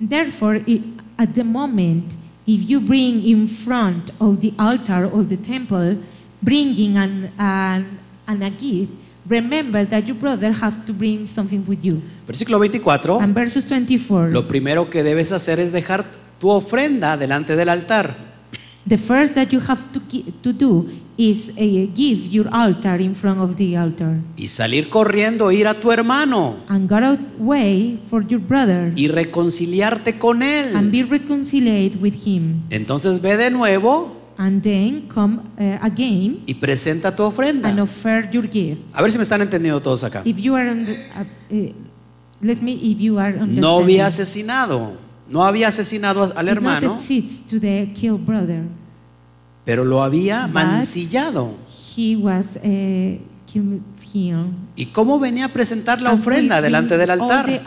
Therefore, i- at the moment, if you bring in front of the altar of the temple, bringing an, an, an a gift, remember that your brother have to bring something with you. Versículo 24. And verses Oh. 24. Lo primero que debes hacer es dejar tu ofrenda delante del altar. The first that you have to, gi- to do is eh, give your altar in front of the altar Y salir corriendo, e ir a tu hermano and go out way for your brother y reconciliarte con and él. be reconciled with him. Entonces ve de nuevo And then come eh, again y presenta tu and ofrenda. offer your gift. A ver si me están entendiendo todos acá. If you are, under, uh, eh, let me, if you are understanding. No había asesinado, no había asesinado al Did not hermano, exist to the killed brother. pero lo había But- mancillado. He was eh, killed him. ¿Y cómo venía a presentar la And ofrenda please delante bring del all altar? the,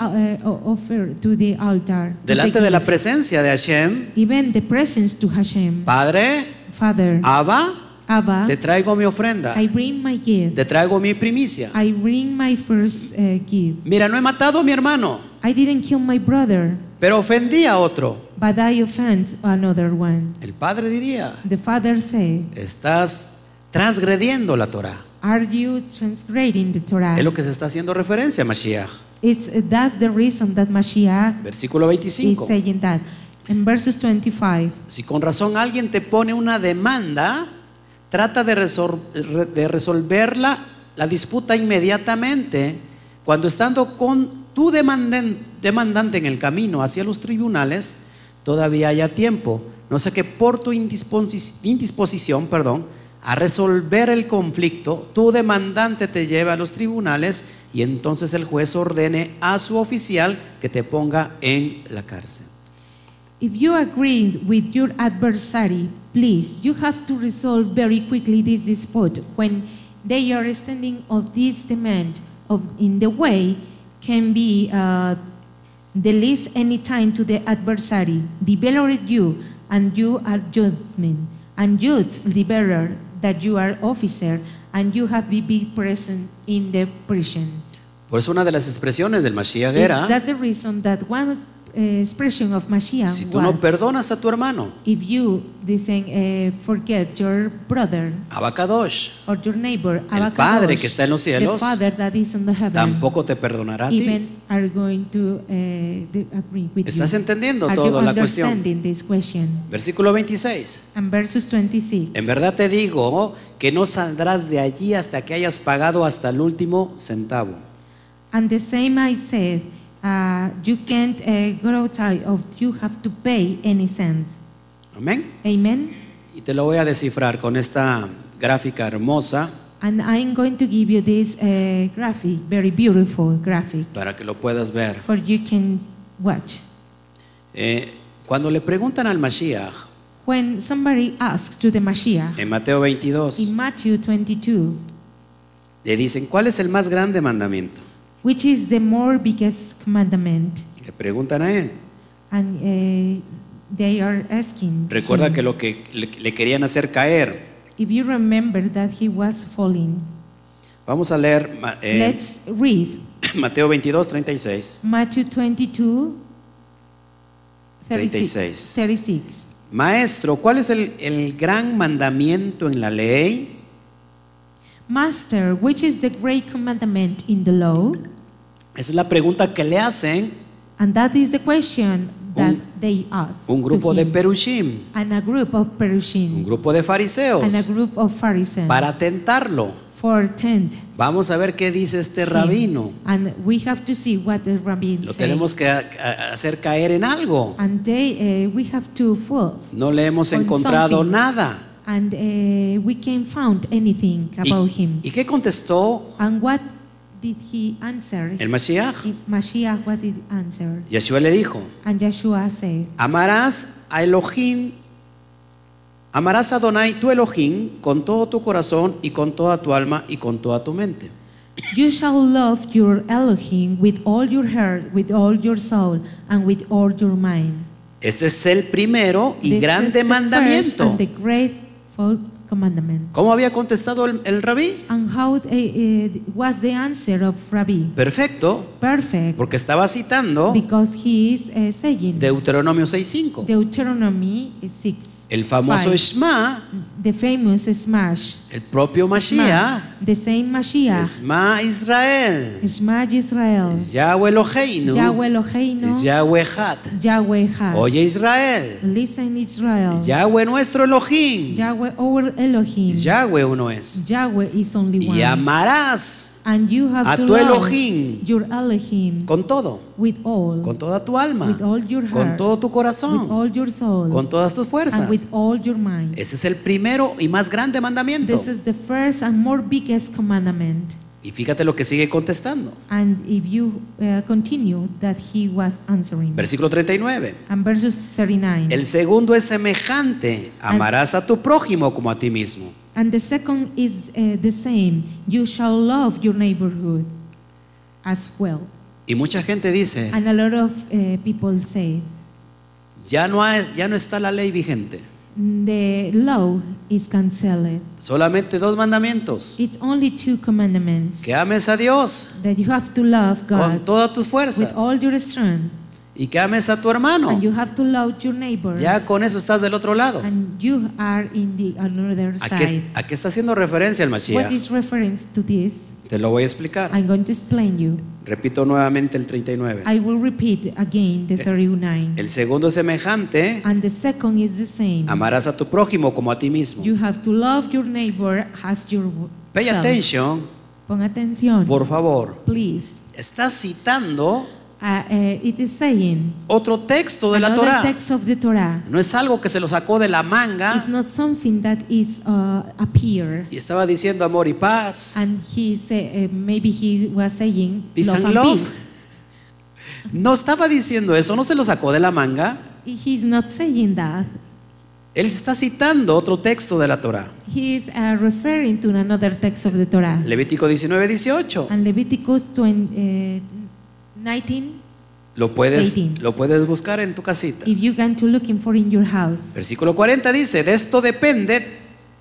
uh, uh, offer to the altar. to Delante the de la gift. presencia de Hashem. Even the presence to Hashem. Padre, Father, Ah, Abba, Abba, te traigo mi ofrenda, I bring my gift. te traigo mi primicia. I bring my first uh, gift. Mira, no he matado a mi hermano, I didn't kill my brother, pero ofendí a otro. but I offend another one. El padre diría, The father said, estás transgrediendo la Torah. Are you transgrading the Torah? Es lo que se está haciendo referencia, Mashiach. It's, that's the reason that Mashiach Versículo is 25. saying that. In verses 25, Si con razón alguien te pone una demanda, trata de, resor- re- de resolverla la disputa inmediatamente. Cuando estando con tu demanden- demandante en el camino hacia los tribunales, todavía haya tiempo, no sé que por tu indisposi- indisposición, perdón, a resolver el conflicto, tu demandante te lleve a los tribunales y entonces el juez ordene a su oficial que te ponga en la cárcel. If you agree with your adversary, please, you have to resolve very quickly this dispute when they are standing of this demand of in the way can be uh, released any time to the adversary, the bearer you and you are judgment and judge the bearer that you are officer and you have be, be present in the prison. Por eso una de las expresiones del Mashiach Is era, that the reason that one uh, expression of Mashiach si tú was no perdonas a tu hermano, If you dicen, eh, forget your brother Abacadosh, or your neighbor, El Abacadosh, Padre que está en los the cielos, father that is in the heaven, tampoco te perdonará a ti. even are going to eh, de- agree with ¿Estás you. entendiendo are you toda la cuestión? understanding this question? Versículo 26. And verses 26. En verdad te digo que no saldrás de allí hasta que hayas pagado hasta el último centavo. And the same I said, uh, you can't uh, grow tired of, you have to pay any cents. Amén. Amen? Y te lo voy a descifrar con esta gráfica hermosa And I'm going to give you this uh, graphic, very beautiful graphic, para que lo puedas ver. for you can watch. Eh, cuando le preguntan al Mashiach When somebody asks to the Mashiach en Mateo 22, in Matthew 22, le dicen, ¿cuál es el más grande mandamiento? which is the more biggest commandment, Le preguntan a él. and eh, they are asking. Recuerda him. que lo que le, le querían hacer caer. If you remember that he was falling, Vamos a leer ma- eh, let's read [clears throat] Mateo 22, 36. Matthew 22, 36. 36. Maestro, ¿cuál es el, el gran mandamiento en la ley? Master, which is the great commandment in the law? Esa es la pregunta que le hacen And that is the question that Un- they ask. un to grupo de him. perushim, and a group of un Perushim. grupo de and a fariseos, group of Pharisees para tentarlo. for tent. Vamos a ver qué dice este rabino. And we have to see what the rabbin Lo say. tenemos que a- a- hacer caer en algo. And they, uh, we have to fool. No le hemos On encontrado something. nada. And uh, we can't found anything ¿Y, about him. y qué contestó and what did he answer? el Mashiach? He- Mashiach, what did he answer? Yeshua le dijo, And Yeshua said, amarás a Elohim, amarás a Adonai tu Elohim con todo tu corazón y con toda tu alma y con toda tu mente. You shall love your Elohim with all your heart, with all your soul, and with all your mind. Este es el primero y This is grande the first mandamiento. and the great fourth commandment. ¿Cómo había contestado el, el rabí? And how eh, eh, was the answer of Rabbi? Perfecto, Perfect, porque estaba citando because he is eh, saying Deuteronomio 6.5. Deuteronomy 6. El famoso five. Shema, the famous smash. el propio Mashiach, The same Mashiach, Shema Israel, Shema Israel, Yahweh Eloheinu, Yahweh Eloheinu, Yahweh Had. Yahweh Ha. Oye Israel, Listen Israel, Yahweh nuestro Elohim, Yahweh our Elohim, Yahweh uno es. Yahweh is only one. Y amarás and you have a to tu love Elohim. your Elohim con todo, with all, con toda tu alma, With all your con heart. todo tu with corazón, all your soul, con todas tus and fuerzas. with all your mind. Ese es el primero y más grande mandamiento. This is the first and more biggest commandment. Y fíjate lo que sigue contestando. And if you uh, continue, that he was answering. Versículo 39. And verses 39. El segundo es semejante. Amarás a tu prójimo como a ti mismo. and the second is uh, the same. You shall love your neighborhood as well. Y mucha gente dice, And a lot of uh, people say ya no, hay- ya no está la ley vigente. the law is cancelled. Solamente dos mandamientos. It's only two commandments Que ames a Dios that you have to love con God todas tus fuerzas. with all your strength, Y que ames a tu hermano. and you have to love your neighbor. Ya con eso estás del otro lado. And you are in the another ¿A qué, side. a qué está haciendo referencia el What Mashiach? is reference to this? Te lo voy a explicar. I'm going to explain you. Repito nuevamente el 39. I will repeat again the 39. Eh. El segundo es semejante. And the second is the same. Amarás a tu prójimo como a ti mismo. You have to love your neighbor as your Pay self. attention, Pon atención. por favor. Please. Está citando Uh, eh, it is saying, Otro texto de la another Torá. text of the Torah No es algo que se lo sacó de la manga is not something that is uh, appear. y estaba diciendo amor y paz. And he say, uh, maybe he was saying Peace love and and love. peace. No estaba diciendo eso, no se lo sacó de la manga. He's not saying that. Él está citando otro texto de la Torá. He is uh, referring to another text of the Torah. Levítico 19, 18. And Leviticus 20, uh, 19, Lo puedes, 18. lo puedes buscar en tu casita. if you going to looking for in your house. Versículo 40 dice, de esto depende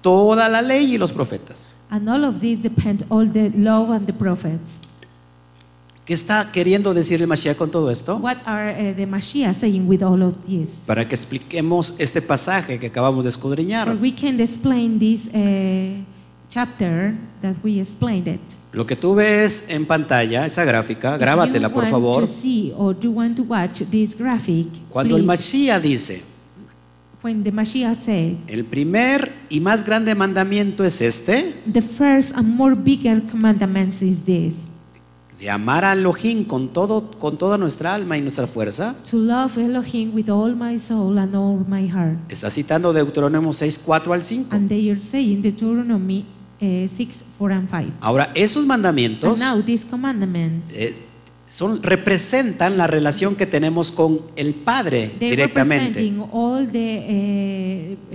toda la ley y los profetas. And all of these depend all the law and the prophets. ¿Qué está queriendo decir el Mashiach con todo esto? What are uh, the Mashiach saying with all of this? Para que expliquemos este pasaje que acabamos de Or escudriñar. we can explain this uh, chapter that we explained it. Lo que tú ves en pantalla, esa gráfica, Ah, grábatela you por want favor. To see or do want to watch this graphic, Cuando el please, Mashiach dice, when the Mashiach said, el primer y más grande mandamiento es este, the first and more bigger commandments is this, de amar al Elohim con, todo, con toda nuestra alma y nuestra fuerza, to love Elohim with all my soul and all my heart. está citando Deuteronomio 6, 4 al 5. And they are saying Deuteronomy uh, 6, 4 and 5. Ahora, esos mandamientos... And now these commandments, eh, son, representan la relación que tenemos con el Padre they directamente. representing all the uh,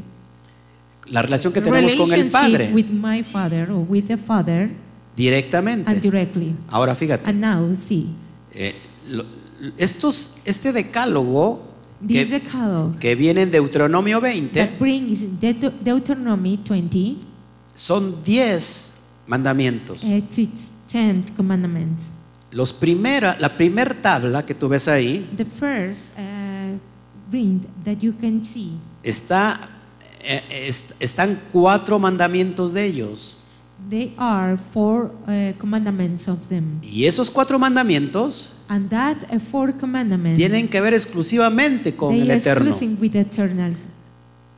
uh, La relación que tenemos con el relationship Padre with my father or with the father and directamente. directly. Ahora fíjate, And now see, eh, lo- estos, este decálogo this que, is the catalog que viene en Deuteronomio 20 that brings Deut- Deuteronomy 20, son 10 mandamientos. uh, it's 10 commandments. Los primera, la primera tabla que tú ves ahí The first uh, ring that you can see, está, eh, est- están cuatro mandamientos de ellos. they are four uh, commandments of them. Y esos cuatro mandamientos And that uh, four commandments, tienen que ver exclusivamente con they el are Eterno. exclusive with eternal.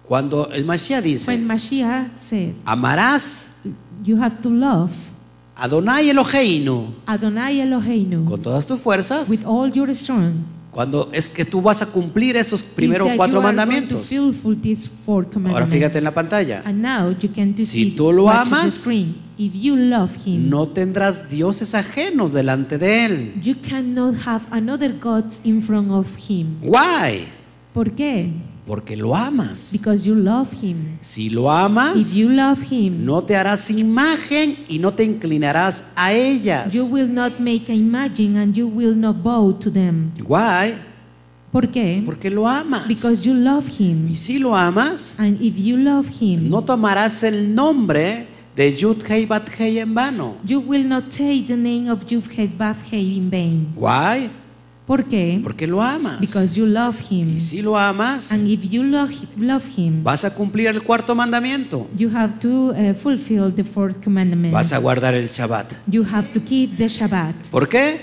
Cuando el Mashiach When dice, Mashiach said, amarás you have to love a Adonai Eloheinu Adonai Eloheinu con todas tus fuerzas, Mm-hmm. with all your strength. cuando es que tú vas a cumplir esos primeros He said, cuatro "You are going to mandamientos. fulfill these four Ahora commandments." fíjate en la pantalla. And now you can do Si see- tú lo watch the amas, screen. If you love him, No tendrás dioses ajenos delante de él. you cannot have another god in front of him. Why? ¿Por qué? Porque lo amas. Because you love him. Si lo If amas, you love him, no te harás imagen y no te inclinarás a ellas. you will not make a imagine and you will not bow to them. Why? ¿Por qué? Porque lo amas. Because you love him. Y si lo amas, And if you love him, No tomarás el nombre de Yud Hei Bat Hei en vano. you will not take the name of Yuvhev Bavhei in vain. Why? ¿Por qué? Porque lo amas. Because you love him. Y si lo amas, And if you love, love him, vas a cumplir el cuarto mandamiento. you have to uh, fulfill the fourth commandment. Vas a guardar el Shabbat. You have to keep the Shabbat. ¿Por qué?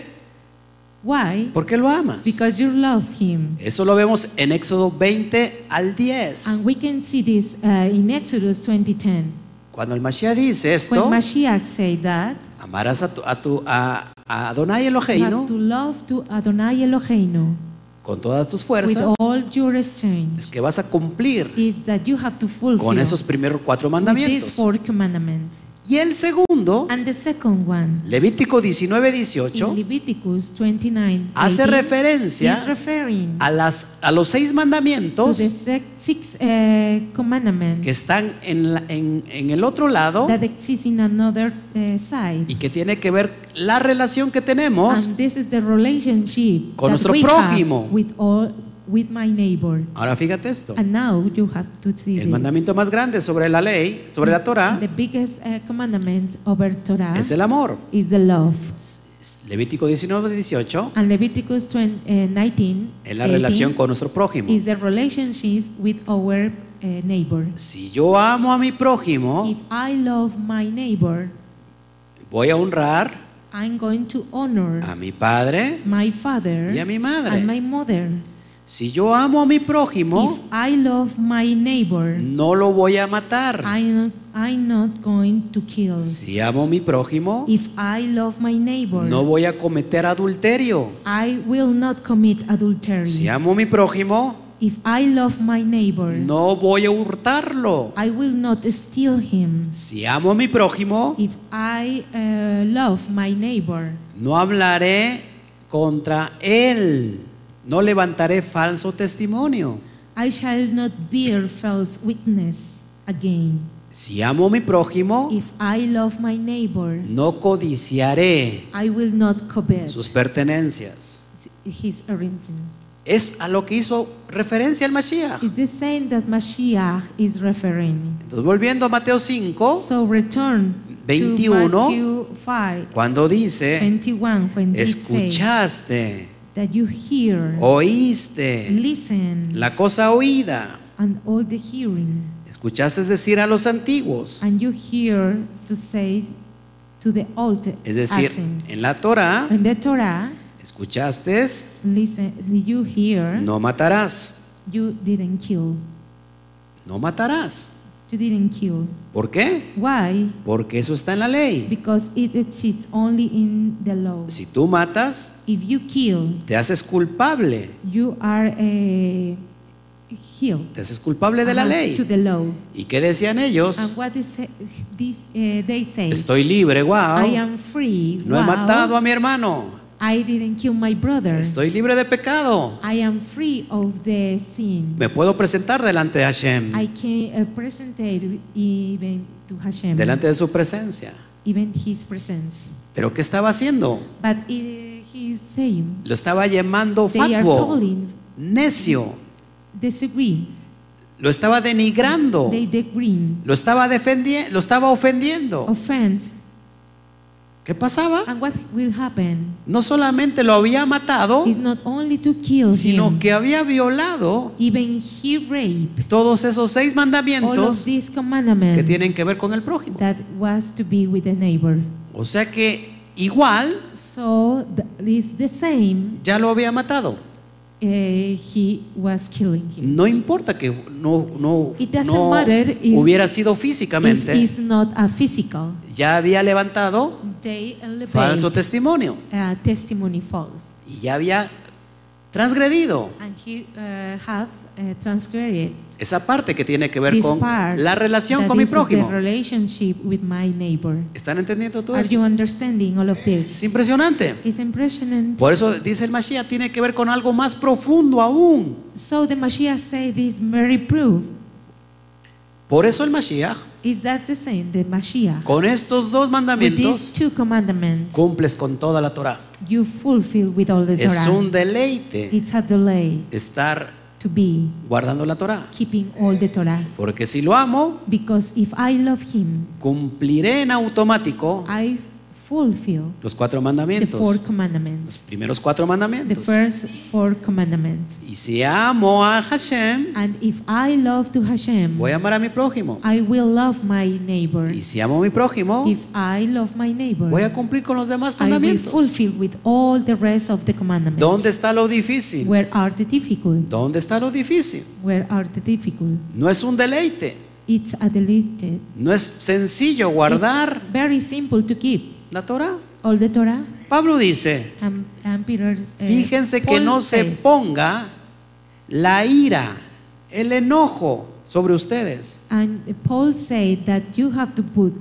Why? Porque lo amas. Because you love him. Eso lo vemos en Éxodo 20 al 10. And we can see this uh, in Exodus 20:10. Cuando el Mashiach dice When esto, Mashiach said that, amarás a tu, a tu a, a Adonai you have Eloheinu to love to Adonai Eloheinu con todas tus with fuerzas, all your es strength. que vas a cumplir Is that you have to fulfill con esos primeros cuatro with these mandamientos. four commandments. Y el segundo And the second one, Levítico 19, 18 in Leviticus 29, hace 18, referencia is referring a, las, a los seis mandamientos to the sec- six uh, commandments que están en, la- en- en el otro lado that exist in another uh, side. y que tiene que ver la relación que tenemos. And this is the relationship Con that nuestro we prójimo. have with all with my neighbor. Ahora fíjate esto. And now you have to see El this. mandamiento más grande sobre la ley, sobre la Torah, The biggest uh, commandment over Torah es el amor. is the love. Levítico 19, 18 And Leviticus 20, uh, 19 es la relación 18, con nuestro prójimo. is the relationship with our uh, neighbor. Si yo amo a mi prójimo, If I love my neighbor, voy a honrar I'm going to honor a mi padre my father y a mi madre. and my mother. Si yo amo a mi prójimo, If I love my neighbor, no lo voy a Ah, matar. I'm, I'm not going to kill. Si amo a mi prójimo, If I love my neighbor, no voy a cometer adulterio. I will not commit adultery. Si amo a mi prójimo, If I love my neighbor, no voy a hurtarlo. I will not steal him. Si amo a mi prójimo, If I uh, love my neighbor, no hablaré contra él. No levantaré falso testimonio. I shall not bear false witness again. Si amo a mi prójimo, If I love my neighbor, no codiciaré I will not covet sus pertenencias. his inheritance. Es a lo que hizo referencia el Mashiach. It's the same that Mashiach is referring. Entonces, volviendo a Mateo 5, So return to 21. Matthew 5, cuando dice, 21, when it says escuchaste, that you hear, oíste, listen, la cosa oída, and all the hearing, escuchaste decir a los antiguos. and you hear to say to the old Es decir, ancians. en la Torah, In the Torah, escuchaste, listen, you hear, no matarás, you didn't kill. no matarás. You didn't kill. ¿Por qué? Why? Porque eso está en la ley. Because it exists only in the law. Si tú matas, If you kill, te haces culpable. you are a heel Te haces culpable de la to ley. the law. ¿Y qué decían ellos? And what is eh, this? eh, they say, Estoy libre, I wow. am free. No he wow. matado a mi hermano. I didn't kill my brother. Estoy libre de pecado. I am free of the sin. Me puedo presentar delante de I Hashem, can uh, present it even to Hashem, delante de su presencia. even His presence. ¿Pero qué estaba haciendo? But eh, He is saying Lo estaba llamando they are fatuo, calling necio. disagree. Lo estaba denigrando. They degree, Lo estaba defendiendo, lo estaba ofendiendo. offend, ¿Qué pasaba? and what will happen? No solamente lo había matado, It's not only to kill sino him, que había violado even he rape todos esos seis all of mandamientos these que commandments tienen que ver con el prójimo. that was to be with the neighbor. O sea que igual So th- it's the same. ya lo había matado. eh, he was killing him. No importa que no, no, It doesn't no matter if- hubiera sido If físicamente, it's not a physical, ya había levantado they elevate falso testimonio uh, testimony false, y ya había transgredido and he uh, has uh, transgressed esa parte que tiene que ver this con part la relación that con mi is of the prójimo. relationship with my neighbor. ¿Están entendiendo todo Are eso? you understanding all of Es this? impresionante. It's impressionant. Por eso dice el Mashiach, tiene que ver con algo más profundo aún. So the Mashiach say this very proof. Por eso el Mashiach, Is that the same? The Mashiach. con estos dos With these mandamientos, two commandments, cumples con toda la Torah. you fulfill with all the Es Torah. un deleite It's a delay estar to be guardando la Torah. keeping all the Torah. Porque si lo amo, Because if I love Him, cumpliré en automático I fulfill los cuatro the four mandamientos. Los commandments, primeros cuatro the mandamientos. first four commandments. Y si amo a Hashem, And if I love to Hashem, voy a amar a mi prójimo. I will love my neighbor. Y si amo a mi prójimo, If I love my neighbor, voy a cumplir con los demás I will mandamientos. fulfill with all the rest of the commandments. ¿Dónde está lo difícil? Where are the difficult? ¿Dónde está lo difícil? Where are the difficult? No es un deleite, It's a deleted. no es sencillo guardar It's very simple to keep la Torah. all the Torah Pablo dice, and, and Peter's. eh, fíjense que Paul no se said, ponga la ira, el enojo sobre ustedes, And Paul said that you have to put,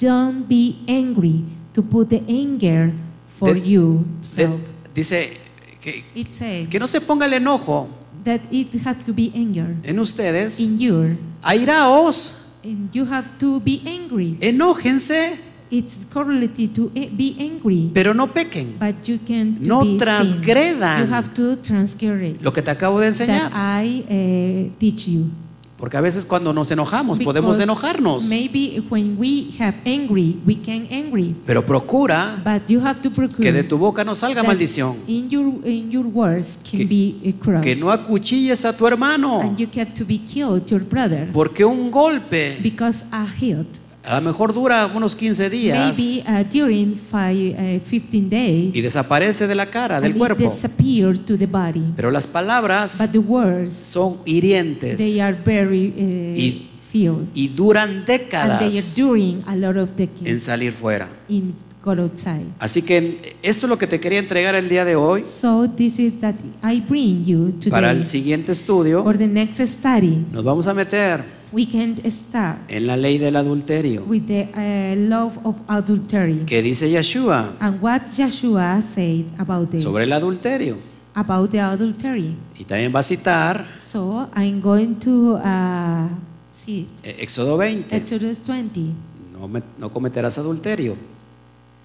don't be angry, to put the anger for The- you De- yourself. dice que, It said que no se ponga el enojo that it had to be anger en ustedes. in your, Airaos, and you have to be angry. enójense, It's correlated to a- be angry, pero no pequen. but you can No be sin. transgredan. You have to transgress. Lo que te acabo de that enseñar. I eh, teach you. Porque a veces cuando nos enojamos podemos Because enojarnos, Maybe when we have angry, we can angry, pero procura but you have to procure que de tu boca no salga Hmm. that maldición. in your in your words can Que- be a cross, Que no acuchilles a tu hermano, and you get to be killed, your brother, porque un golpe because a hit A lo mejor dura unos 15 días Maybe uh, during five, uh, 15 days, y desaparece de la cara, del and it cuerpo. disappeared to the body. Pero las palabras But the words, son hirientes they are very Y- uh, few, y duran and they are décadas during a lot of the en salir fuera. in go outside. Así que esto es lo que te quería entregar el día de hoy So this is that I bring you para today el siguiente estudio. for the next study. Nos vamos a meter We can start en la ley del adulterio with the uh, love of adultery que dice Yeshua and what Joshua said about this, sobre el adulterio. about the adultery. Y también va a citar So I'm going to uh, see it. eh, Éxodo 20, Exodus 20 no, me- no cometerás adulterio.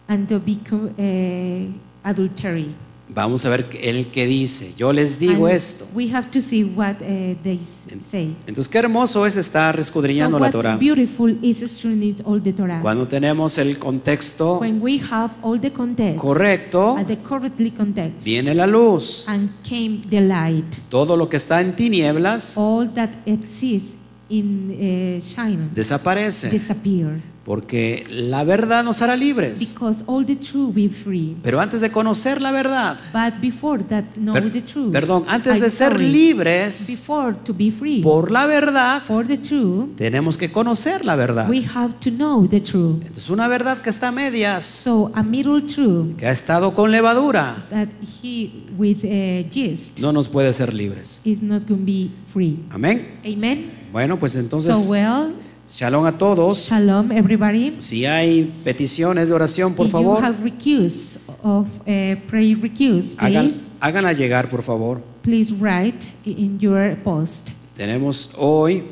and to become uh, adultery. Vamos a ver que- el que dice, yo les digo And esto. We have to see what uh, they s- En- say. Entonces, qué hermoso es estar escudriñando so la what's Torah. beautiful is studying all the Torah. Cuando tenemos el contexto When we have all the context, correcto, at the correctly context, viene la luz. and came the light, Todo lo que está en tinieblas all that exists in uh, China desaparece, disappear porque la verdad nos hará libres. because all the truth will free. Pero antes de conocer la verdad, But before that, know per- the truth. perdón, antes I'm de ser sorry. libres before to be free por la verdad, for the truth, tenemos que conocer la verdad. we have to know the truth. Entonces, una verdad que está a medias, So a middle truth que ha estado con levadura, that he with uh, gist no nos puede ser libres. is not going to be free. Amén. Amen. Bueno, pues entonces, so well, shalom a todos. shalom everybody. Si hay peticiones de oración, por if favor, you have requests of uh, prayer requests, hagan, please háganla llegar, por favor. please write in your post. Tenemos hoy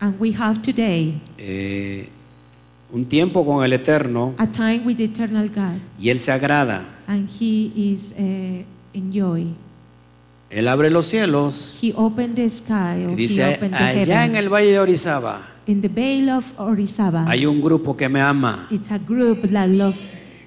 And we have today eh, un tiempo con el Eterno a time with the eternal God, y Él se agrada. and He is uh, enjoy. Él abre los cielos He opened the sky, or y He dice, opened the allá en heavens. Ah. el Valle de Orizaba In the Vale of Orizaba, hay un grupo que me ama, it's a group that love,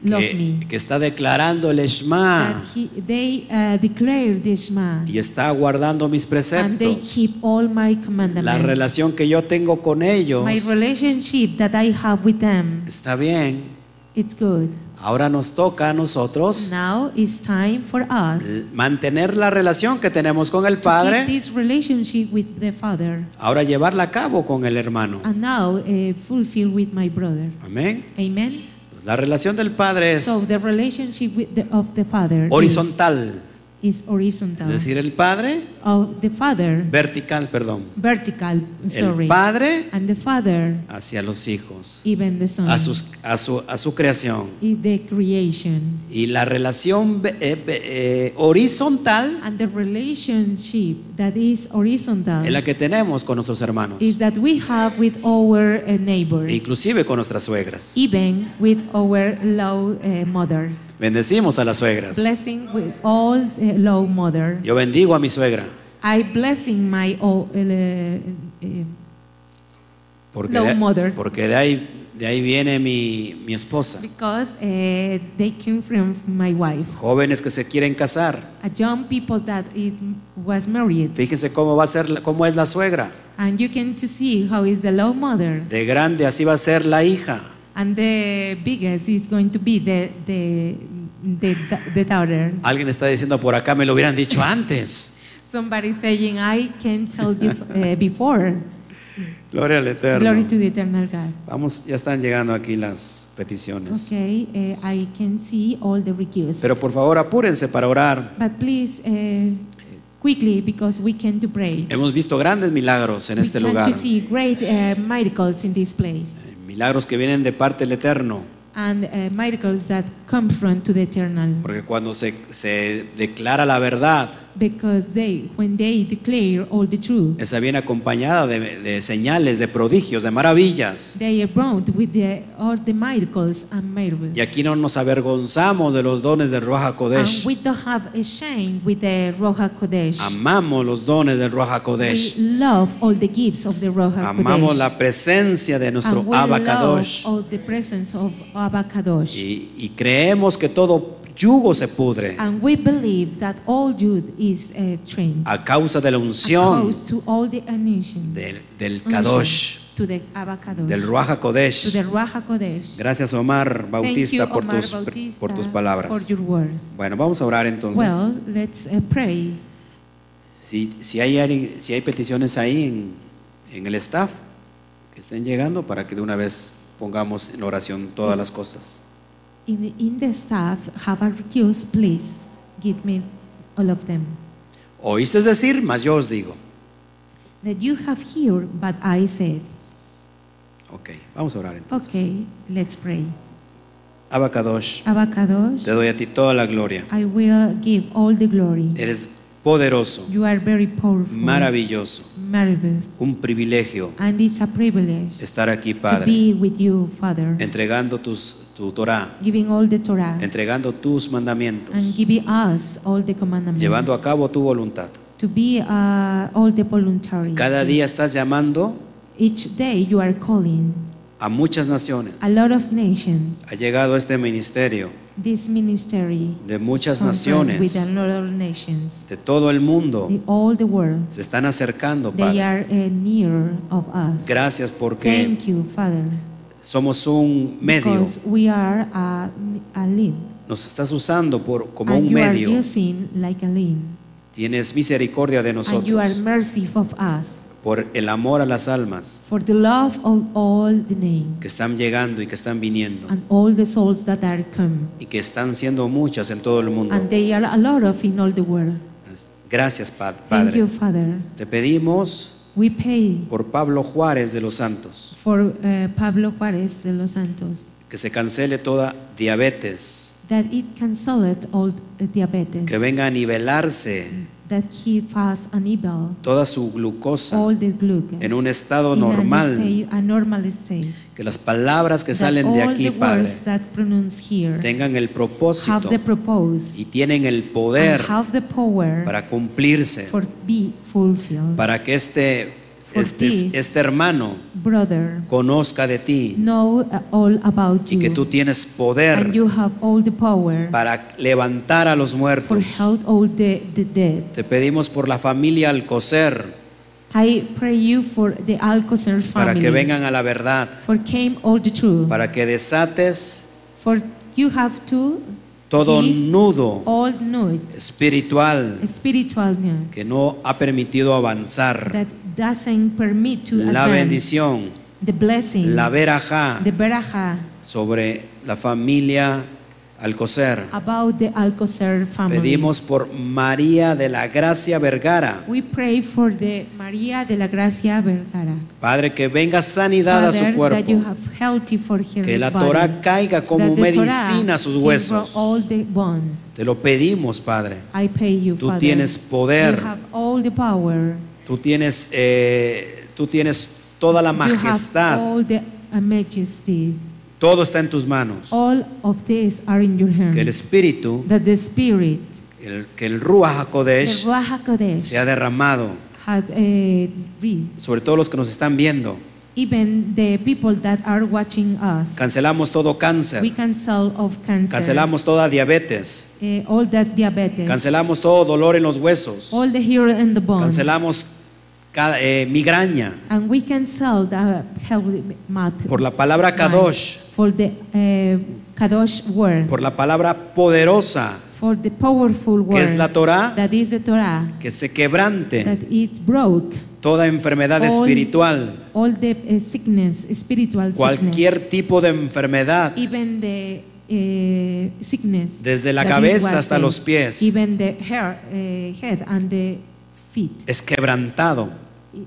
love que, me. que está declarando el That Shema he, they uh, declare this Shema, y está guardando mis and they keep preceptos. all my La commandments. relación que yo tengo con ellos My relationship that I have with them, está bien. it's good. Ahora nos toca a nosotros Now it's time for us l- mantener la relación que tenemos con el to keep Padre, this relationship with the Father, ahora llevarla a cabo con el hermano. and now uh, fulfill with my brother. Amén. Amen. Pues La relación del Padre es So the relationship with the, of the Father horizontal, is, is horizontal. es decir, el Padre, of the Father, vertical, perdón. vertical, El sorry. Padre and the Father, hacia los hijos, even the Son, a, sus- a su, a su creación. is the creation. Y la relación ve- eh, ve- eh, horizontal And the relationship that is horizontal es la que tenemos con nuestros hermanos, is that we have with our uh, neighbor, e inclusive con nuestras suegras. even with our low uh, mother. Bendecimos a las suegras. Blessing with all uh, low mother. Yo bendigo a mi suegra. I blessing my all, uh, uh, Porque, No de, mother. porque de ahí, de ahí viene mi, mi esposa. because uh, they came from my wife. Jóvenes que se quieren casar. A young people that it was married. Fíjense cómo va a ser, la- cómo es la suegra. And you can to see how is the low mother. De grande así va a ser la hija. And the biggest is going to be the, the, the, the daughter. Alguien está diciendo por acá, me lo hubieran dicho antes. Somebody saying, I can tell [laughs] this uh, before. Gloria al Eterno. Glory to the eternal God. Vamos, ya están llegando aquí las peticiones. Okay, uh, I can see all the requests. Pero por favor, apúrense para orar. but please, uh, quickly, because we can to pray. Hemos visto grandes milagros en we este can lugar. to see great uh, miracles in this place. Milagros que vienen de parte del Eterno. And uh, miracles that come from to the eternal. Porque cuando se, se declara la verdad, Because they, when they declare all the truth, Esa viene acompañada de, de señales, de prodigios, de maravillas. they are bound with the, all the miracles and marvels. Y aquí no nos avergonzamos de los dones del Ruach And HaKodesh. we don't have a shame with the Roja Kodesh. Amamos los dones del Ruach we HaKodesh. love all the gifts of the Roja Amamos Kodesh. la presencia de nuestro and we Abacadosh. love all the presence of Abacadosh. Y, y creemos que todo yugo se pudre And we believe that all Jude is uh, trained a causa de la unción opposed to all the anointing del, del Unción. Kadosh. to the Abacadosh, del Ruach to HaKodesh. the Ruach HaKodesh. Gracias Omar Bautista, Thank you, por, Omar tus, Bautista, por tus for palabras. your words. Bueno, vamos a orar entonces. Well, let's uh, pray. si, si hay, alguien- si hay peticiones ahí en, en el staff que estén llegando para que de una vez pongamos en oración todas las cosas. In the, in the staff, have a request, please. Give me all of them. Oíste decir, mas yo os digo. That you have here, but I said. Ok, vamos a orar entonces. Okay, let's pray. Abacadosh, te Abacadosh, doy a ti toda la gloria. I will give all the glory. Eres poderoso, You are very powerful, maravilloso, marvelous, un privilegio and it's a privilege estar aquí, to Padre, be with you, Father, entregando tus, tu Torah, giving all the Torah entregando tus and mandamientos, giving us all the commandments, llevando a cabo tu voluntad. to be uh, all the voluntary. Cada día estás llamando Each day you are calling a muchas naciones. a lot of nations, Ha llegado este ministerio this ministry, de Oh, muchas concerned with a naciones, lot of nations, de todo el mundo, in all the world. se están acercando, They Padre. are uh, near of us. Gracias porque Thank you, Father. somos un medio, Because we are a, a limb. nos estás usando por, como and un you are medio. using like a limb. Tienes misericordia de And you are nosotros merciful of us por el amor a las almas for the love of all the name que están llegando y que están viniendo and all the souls that are come. y que están siendo muchas en todo el mundo. And they are a lot of in all the world. Gracias, Pa- Thank you, Padre. Father. Te pedimos We pay por Pablo Juárez de los Santos for uh, Pablo Juarez de los Santos que se cancele toda diabetes, that it canceled all the diabetes, que venga a nivelarse that he fast and evil, toda su glucosa all the glucose. en un estado in a normal, safe- a normal state. que las palabras que salen de all aquí, the Padre, words that pronounce here tengan el propósito have the propose y tienen el poder and have the power para cumplirse, for be fulfilled. para que este, For este, this este hermano Brother, conozca de ti know uh, all about y you que tú tienes poder and you have all the power para levantar a los for muertos. help all the, the dead. Te pedimos por la familia Alcocer, I pray you for the Alcocer para family, que vengan a la verdad, for came all the truth, para que desates for you have to todo give nudo all new espiritual spiritual new que no ha permitido avanzar. that doesn't permit to La advance bendición, the blessing, la verajá the beraja sobre la familia Alcocer. about the Alcocer family. Pedimos por María de la Gracia Vergara, We pray for the Maria de la Gracia Vergara. Padre, que venga sanidad a Father, su that you cuerpo, have healthy for her que la body, Torah caiga como that the Torah medicina a sus came huesos. from all the bonds. Te lo pedimos, Padre. I pay you, Tú Father. tienes poder. You have all the power. Tú tienes, eh, tú tienes toda la You have majestad. all the uh, majesty. Todo está en tus manos. All of these are in your hands. Que el Espíritu, that the Spirit, el- que el Ruach the HaKodesh Ruach HaKodesh, sea derramado has uh, read. sobre todos los que nos están viendo. Even the people that are watching us, Cancelamos todo we cáncer. cancel of cancer, Cancelamos toda diabetes. eh, all that diabetes, Cancelamos todo dolor en los huesos. all the hair and the bones, Cancelamos cada- eh, migraña and we cancel the health mat. por la palabra Kadosh, for the eh, kadosh word, por la palabra poderosa for the powerful que word es la Torah, that is the Torah, que se quebrante that it broke toda enfermedad All- espiritual. all the eh, sickness, spiritual sickness, cualquier tipo de enfermedad, even the eh, sickness, Desde la that it cabeza was hasta there, los pies. even the hair, eh, head and the feet. es quebrantado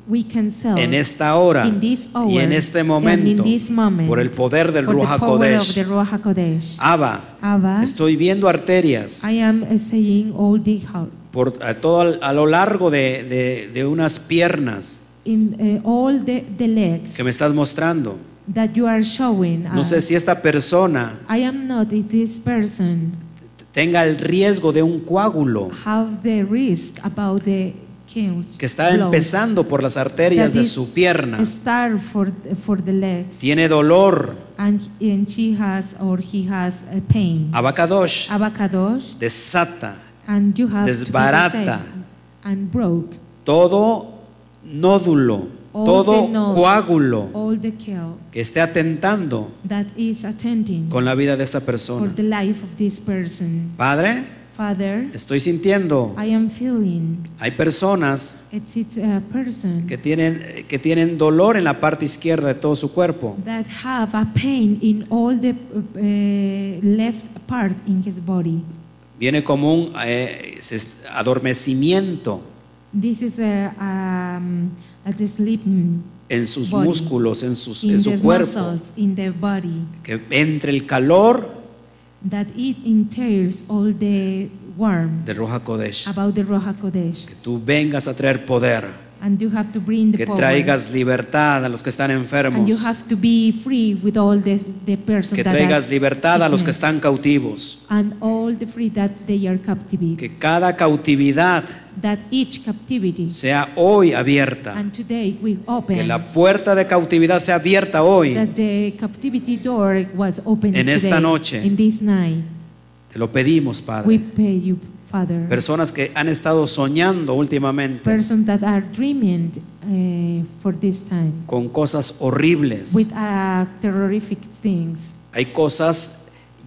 we cancel en este esta hora in this hour y en este and in momento this moment, por el poder del for the Ruach Ah, power of the HaKodesh. Ruach HaKodesh. Abba, Abba, estoy viendo arterias I am uh, saying all the heart por a todo al- a lo largo de, de- de unas piernas in uh, all the, the legs que me estás mostrando. that you are showing No us. sé si esta persona I am not if this person tenga el riesgo de un coágulo have the risk about the count que está blows empezando por las arterias that de is su pierna. start for for the legs Tiene dolor. and, and she has or he has a pain. Ah. Ah. Abacadosh, Abacados desata and you have to be the Desbarata. same and broke todo nódulo all todo the nodes, coágulo all the care que esté atentando that is attending con la vida de esta for persona. the life of this person. Padre, Father, estoy sintiendo, I am feeling hay personas it's, it's a person que tienen, que tienen dolor en la parte izquierda de todo su cuerpo. that have a pain in all the uh, left part in his body. Viene como un eh, se est- adormecimiento This is a, um, a sleep en sus Body. músculos, en, sus, in en the su cuerpo. muscles in the body Que entre el calor that it entails all the warm de Roja Kodesh. about the Roha Kodesh, Que tú vengas a traer poder. and you have to bring the Que power, traigas libertad a los que están and you enfermos. have to be free with all the the person Que that traigas has libertad a los que sickness, están cautivos. and all the free that they are captive, Que cada cautividad that each captivity, sea hoy abierta. and today we open Que la puerta de cautividad sea abierta hoy. that the captivity door was opened En esta today, noche. in this night. Te lo pedimos, We Padre. pay you, Father. Personas que han estado soñando últimamente person that are dreaming uh, for this time con cosas horribles. with uh, terrific things. Hay cosas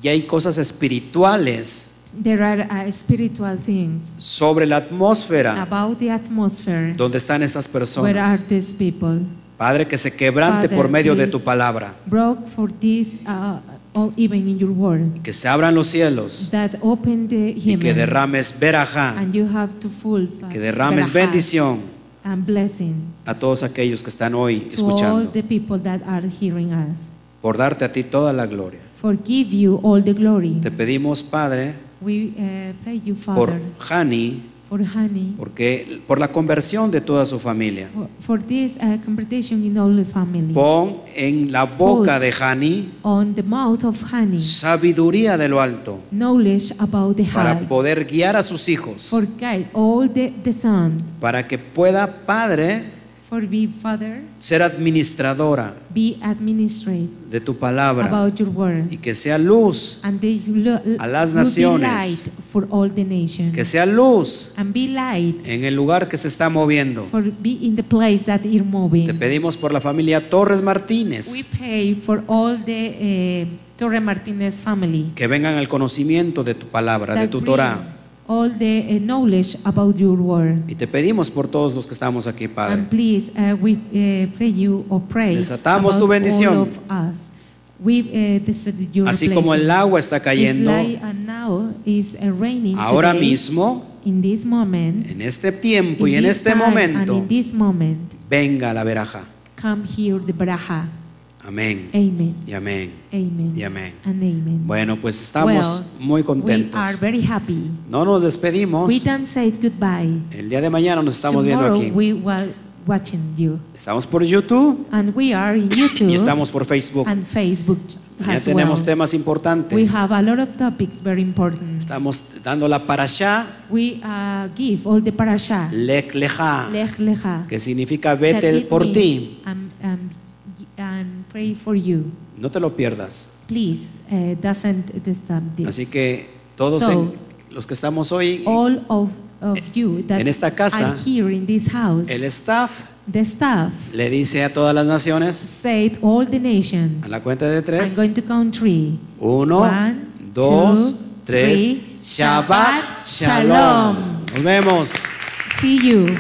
y hay cosas espirituales There are uh, spiritual things sobre la atmósfera about the atmosphere donde están estas where are personas. these people. Padre, que se quebrante Father, por medio de tu please. palabra. Broke for this, uh, or even in your word, Que se abran los cielos that open the y que heaven derrames verajá, and you have to full que derrames bendición and blessing a todos aquellos que están hoy to all escuchando, the people that are hearing us. por darte a ti toda la gloria. Forgive you all the glory. Te pedimos, Padre, We uh, pray you, por Father, Hani, for honey, porque por la conversión de toda su familia. for, for this uh, conversation in all the family. Pon en la boca de Hani On the mouth of honey, sabiduría de lo alto knowledge about the para heart. poder guiar a sus hijos, For guide all the, the son. para que pueda, Padre, For be father, ser administradora be administrate de tu palabra about your y word. que sea luz, And they lo, a las will naciones. be light for all the nations. que sea luz and be light en el lugar que se está moviendo. for be in the place that you're Te moving. pedimos por la familia Torres We Martínez pray for all the uh, Torre Martinez family que vengan al conocimiento de tu palabra, de that tu bring Torah. all the uh, knowledge about your word. Y te pedimos por todos los que estamos aquí, Padre. And please, uh, we uh, pray you or pray Desatamos about tu bendición. all of us. We uh, desert your Así como el blessing. agua está cayendo It's like, and now is uh, raining ahora today, mismo, in this moment, en este tiempo in y en this este time, and momento, in this moment, venga la veraja. come here the braja. Amén. Amen. Y amén. Amen. Y amén. And amen. Bueno, pues estamos Well, muy We are contentos. very happy. No nos despedimos. We don't say goodbye. El día de mañana nos estamos viendo Tomorrow aquí. we were watching you. Estamos por YouTube And we are in YouTube y estamos por Facebook. and Facebook Ya as tenemos well. temas importantes. We have a lot of topics very important. Estamos dando la parashá We uh, give all the parasha. Lech Lecha, Lech lecha. que significa that vete it por ti. means, um, um, g- and pray for you. No te lo pierdas. Please, uh, doesn't disturb this. Así que todos So, en- los que estamos hoy, all of, of you that en esta casa, are here in this house, el staff the staff le dice a todas las naciones, said all the nations. a la cuenta de I'm tres, going to count three. uno, One, dos, two, tres, three. Shabbat Shabbat Shalom. Shalom. Nos vemos. See you.